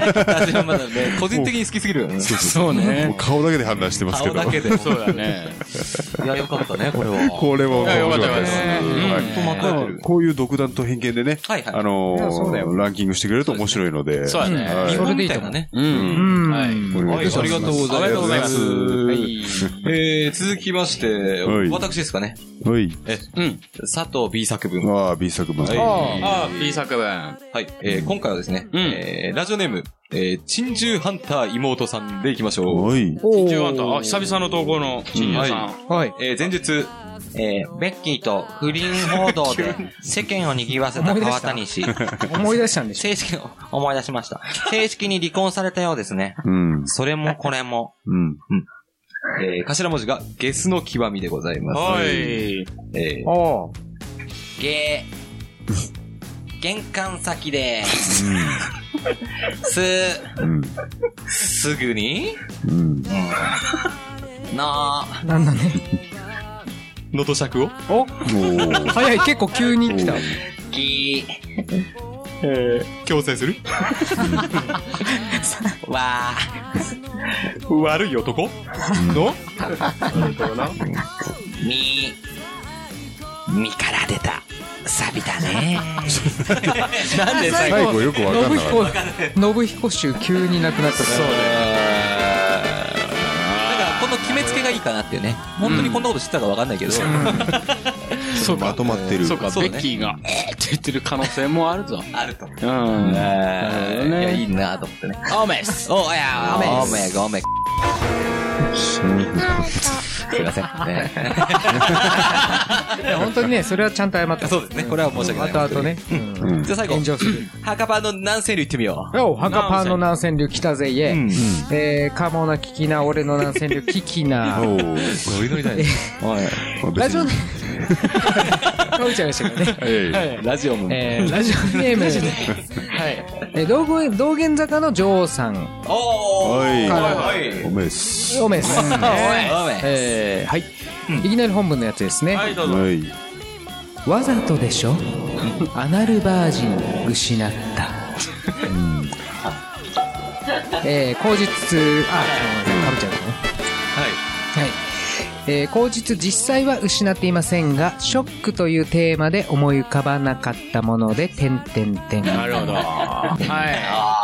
F: すから。
G: 私はまだね、個人的に好きすぎるよね。
D: そう
F: もう
D: ね。
F: 顔だけで判断してますけ
G: 顔
F: ど。
G: だけで。
D: そうだね。
G: いや、よかったね、これ は。
F: これは面白かったで
D: い
F: す。
D: やよかったよかった
F: はい
G: 本当まとえてる
F: こういう独断と偏見でね、
G: はいはい
F: あの
E: いやそうだ
F: ー
E: よ
F: ランキングしてくれると面白いので。
D: そうだね
F: はい
G: 日
E: それ
G: 本
E: でい
G: み
E: い
G: た
E: と
G: い
E: 思う
G: なね。
D: うん。
E: うん。
D: はい
F: お願いいたします
G: はいありがとうござ
F: あ
G: います
F: りがとうございます。
G: はい。えー、続きまして、
F: はい
G: 私ですかね。
F: はい。
G: え、
D: うん。
G: 佐藤 B 作文。は
F: ああ、B 作文。
G: い。
F: あ
D: あー、B 作文。
G: はい。えー、今回はですね、
D: うん
G: えー、ラジオネーム、えー、珍獣ハンター妹さんでいきましょう。
F: はい。
D: 珍獣ハンター。あ、久々の投稿の珍獣さん。
E: はい。
G: えー、前日、
C: えーベッキーと不倫報道で世間を賑わせた川谷氏。
E: 思い出したんでしょ
C: 正式に、思い出しました。正式に離婚されたようですね。
F: うん。
C: それもこれも。
F: うん。
G: えー、頭文字がゲスの極みでございます。
D: はい。
G: えー、
E: あ
C: ゲー。玄関先で、す、
F: うん。
G: すぐに、
F: うん。
C: の、
E: あ、なんだね。
G: のとしゃくを
E: お
F: おー
E: 早い、結構急に来た。
C: ぎ、
G: 強制する
C: わ、
G: 悪い男の
C: み、身から出た、サビだね。
G: なんで最後
F: 最後よくわかんなかっ
E: 信彦衆急になくなったから。
G: だからこの決めつけがいいかなっていうね。本当にこんなことしてたかわかんないけど。
D: そう
F: た。まとまってる。
D: そうか、
G: そう
D: ベ
G: だ
D: ッ
G: ね
D: キーが、えーって言ってる可能性もあるぞ。
G: あると。
D: うん。なるほど
G: いや、
D: ね
G: いいなと思ってね。
D: オメス
C: おや、おめごめごめ。すいません。ね
E: いや本当にね、それはちゃんと謝った。
G: そうですねこれは申し訳ない
E: あとね。うん
G: じゃあ最後
E: 炎、上する。
G: 墓場の南西流行ってみよう。
E: おハカパーの南千流来たぜ、いえ。えー、カモな聞きな、俺の南千流聞きな。
F: おー
G: ノリノリだね。
E: ラジオ ネーム。うちゃいましたけどね。
F: え
G: ラジオも。
E: えー、ラジオネーム。はい。えー、道具道玄坂の女王さん。
G: おー
F: はい
G: はい
F: え。おめです。
E: おめです。
G: おい
E: えー、はい。いきなり本文のやつですね。
D: はい、どうぞ。
F: はい。
E: わざとでしょアナルバージン失った、えー、口実あかぶちゃうねはいえー、口実実際は失っていませんが、ショックというテーマで思い浮かばなかったもので、てんてんてん。
D: なるほど。はい。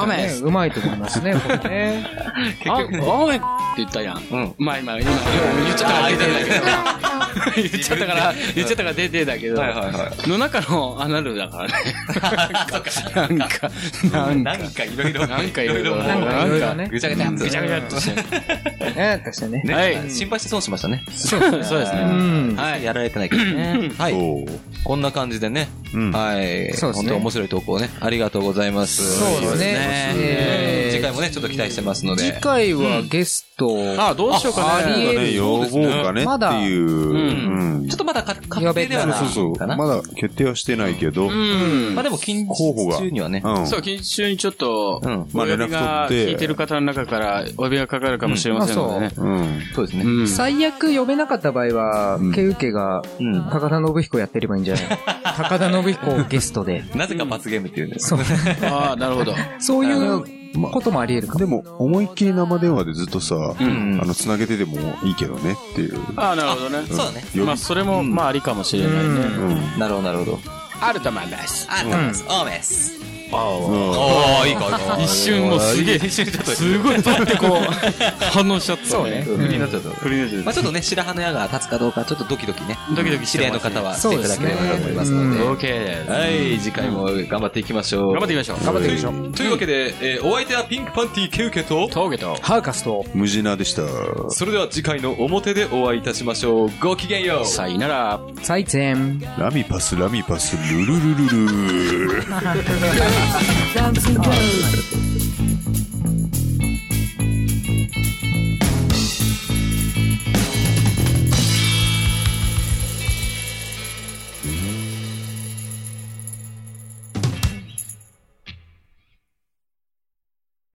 D: オメ
E: ね
D: ス
E: うまいと思いますね、これね。
D: あオメって言ったやん。うん。まあ今、今、言っちゃったから出てだけど。言っちゃったから、言っちゃったから出てだけど。
G: はいはいは
D: の中のアナルだからね。なんか、なんか、
G: なんかいろいろ。
D: なんかいろいろ。
E: なんかいろいろね。
G: ぐちゃぐちゃぐちゃぐちゃっとして。
E: ね、確かにね。
D: はい。
G: 心配して損しましたね。
D: そうそうです
E: う
D: ね。
E: ん。
D: はい。
G: やられてないけどね。は
F: お
G: い。
F: ー
G: こんな感じでね。
F: うん
G: はい。
E: そうですね
G: 本当面白い投稿ね。ありがとうございます。
E: そうですね
G: えー
E: えー
G: 次回もね、ちょっと期待してますので。
E: 次回はゲスト、
D: あどうしようか
E: あ
D: ね。
E: りえ
F: ね、
E: る
F: 呼ぼうかね
E: ま
F: っ
E: だ
F: ていう。うん
G: ちょっとまだか確定ではないか
F: そう
G: な。
F: そうそう。まだ決定はしてないけど、うん。
G: まあでも、近
F: 候補が
G: 日中にはね。
D: そう、近日中にちょっと、
G: うん
D: まあ
F: まあ
D: 連
F: 連
D: 絡
F: 絡
D: が
F: 取って
D: 聞いてる方の中からお呼びがかかるかもしれませんのでね。
F: うん。
G: そうですね。
D: うん
E: 最悪読めなかった場合は、
F: ん
E: ケウケが、
G: うん
E: 高田信彦やってればいいんじゃない 高田信彦をゲストで。
G: なぜか罰ゲームっていうんです。
E: そう、
D: ああ、なるほど。
E: そういうこともあり得るかも。
F: でも、思いっきり生電話でずっとさ、
G: ん
F: あの、繋げててもいいけどねっていう。
D: ああ、なるほどね。
G: そうだね。
F: よ
D: まあ、
F: り、
D: それも、まあ、ありかもしれないね。
F: うん。
G: なるほど、なるほど。
D: あると思います。
G: あ、ダメです。オーメス。
F: うん
G: ああ、いいか、
D: 一瞬もうすげえ、すごいパってこう、反応しちゃった。そうね。
G: 振りになっちゃった。
D: 振り抜い
G: まあちょっとね、白羽の矢が立つかどうか、ちょっとドキドキね。
D: ドキドキしてます
G: 知
D: ね
G: り合いの方はしていただければと思いますので。
D: OK です。
G: はい、次回も頑張っていきましょう。
D: 頑張っていきましょう。頑張っていきましょう。
G: というわけで、えーお相手はピンクパンティーケウケと、
D: 峠と、
E: ハーカスと、
F: 無事なでした。
G: それでは次回の表でお会いいたしましょう。ごきげんよう。
D: さいなら、
E: 最前。
F: ラミパス、ラミパス、ルルルルルー。
H: 「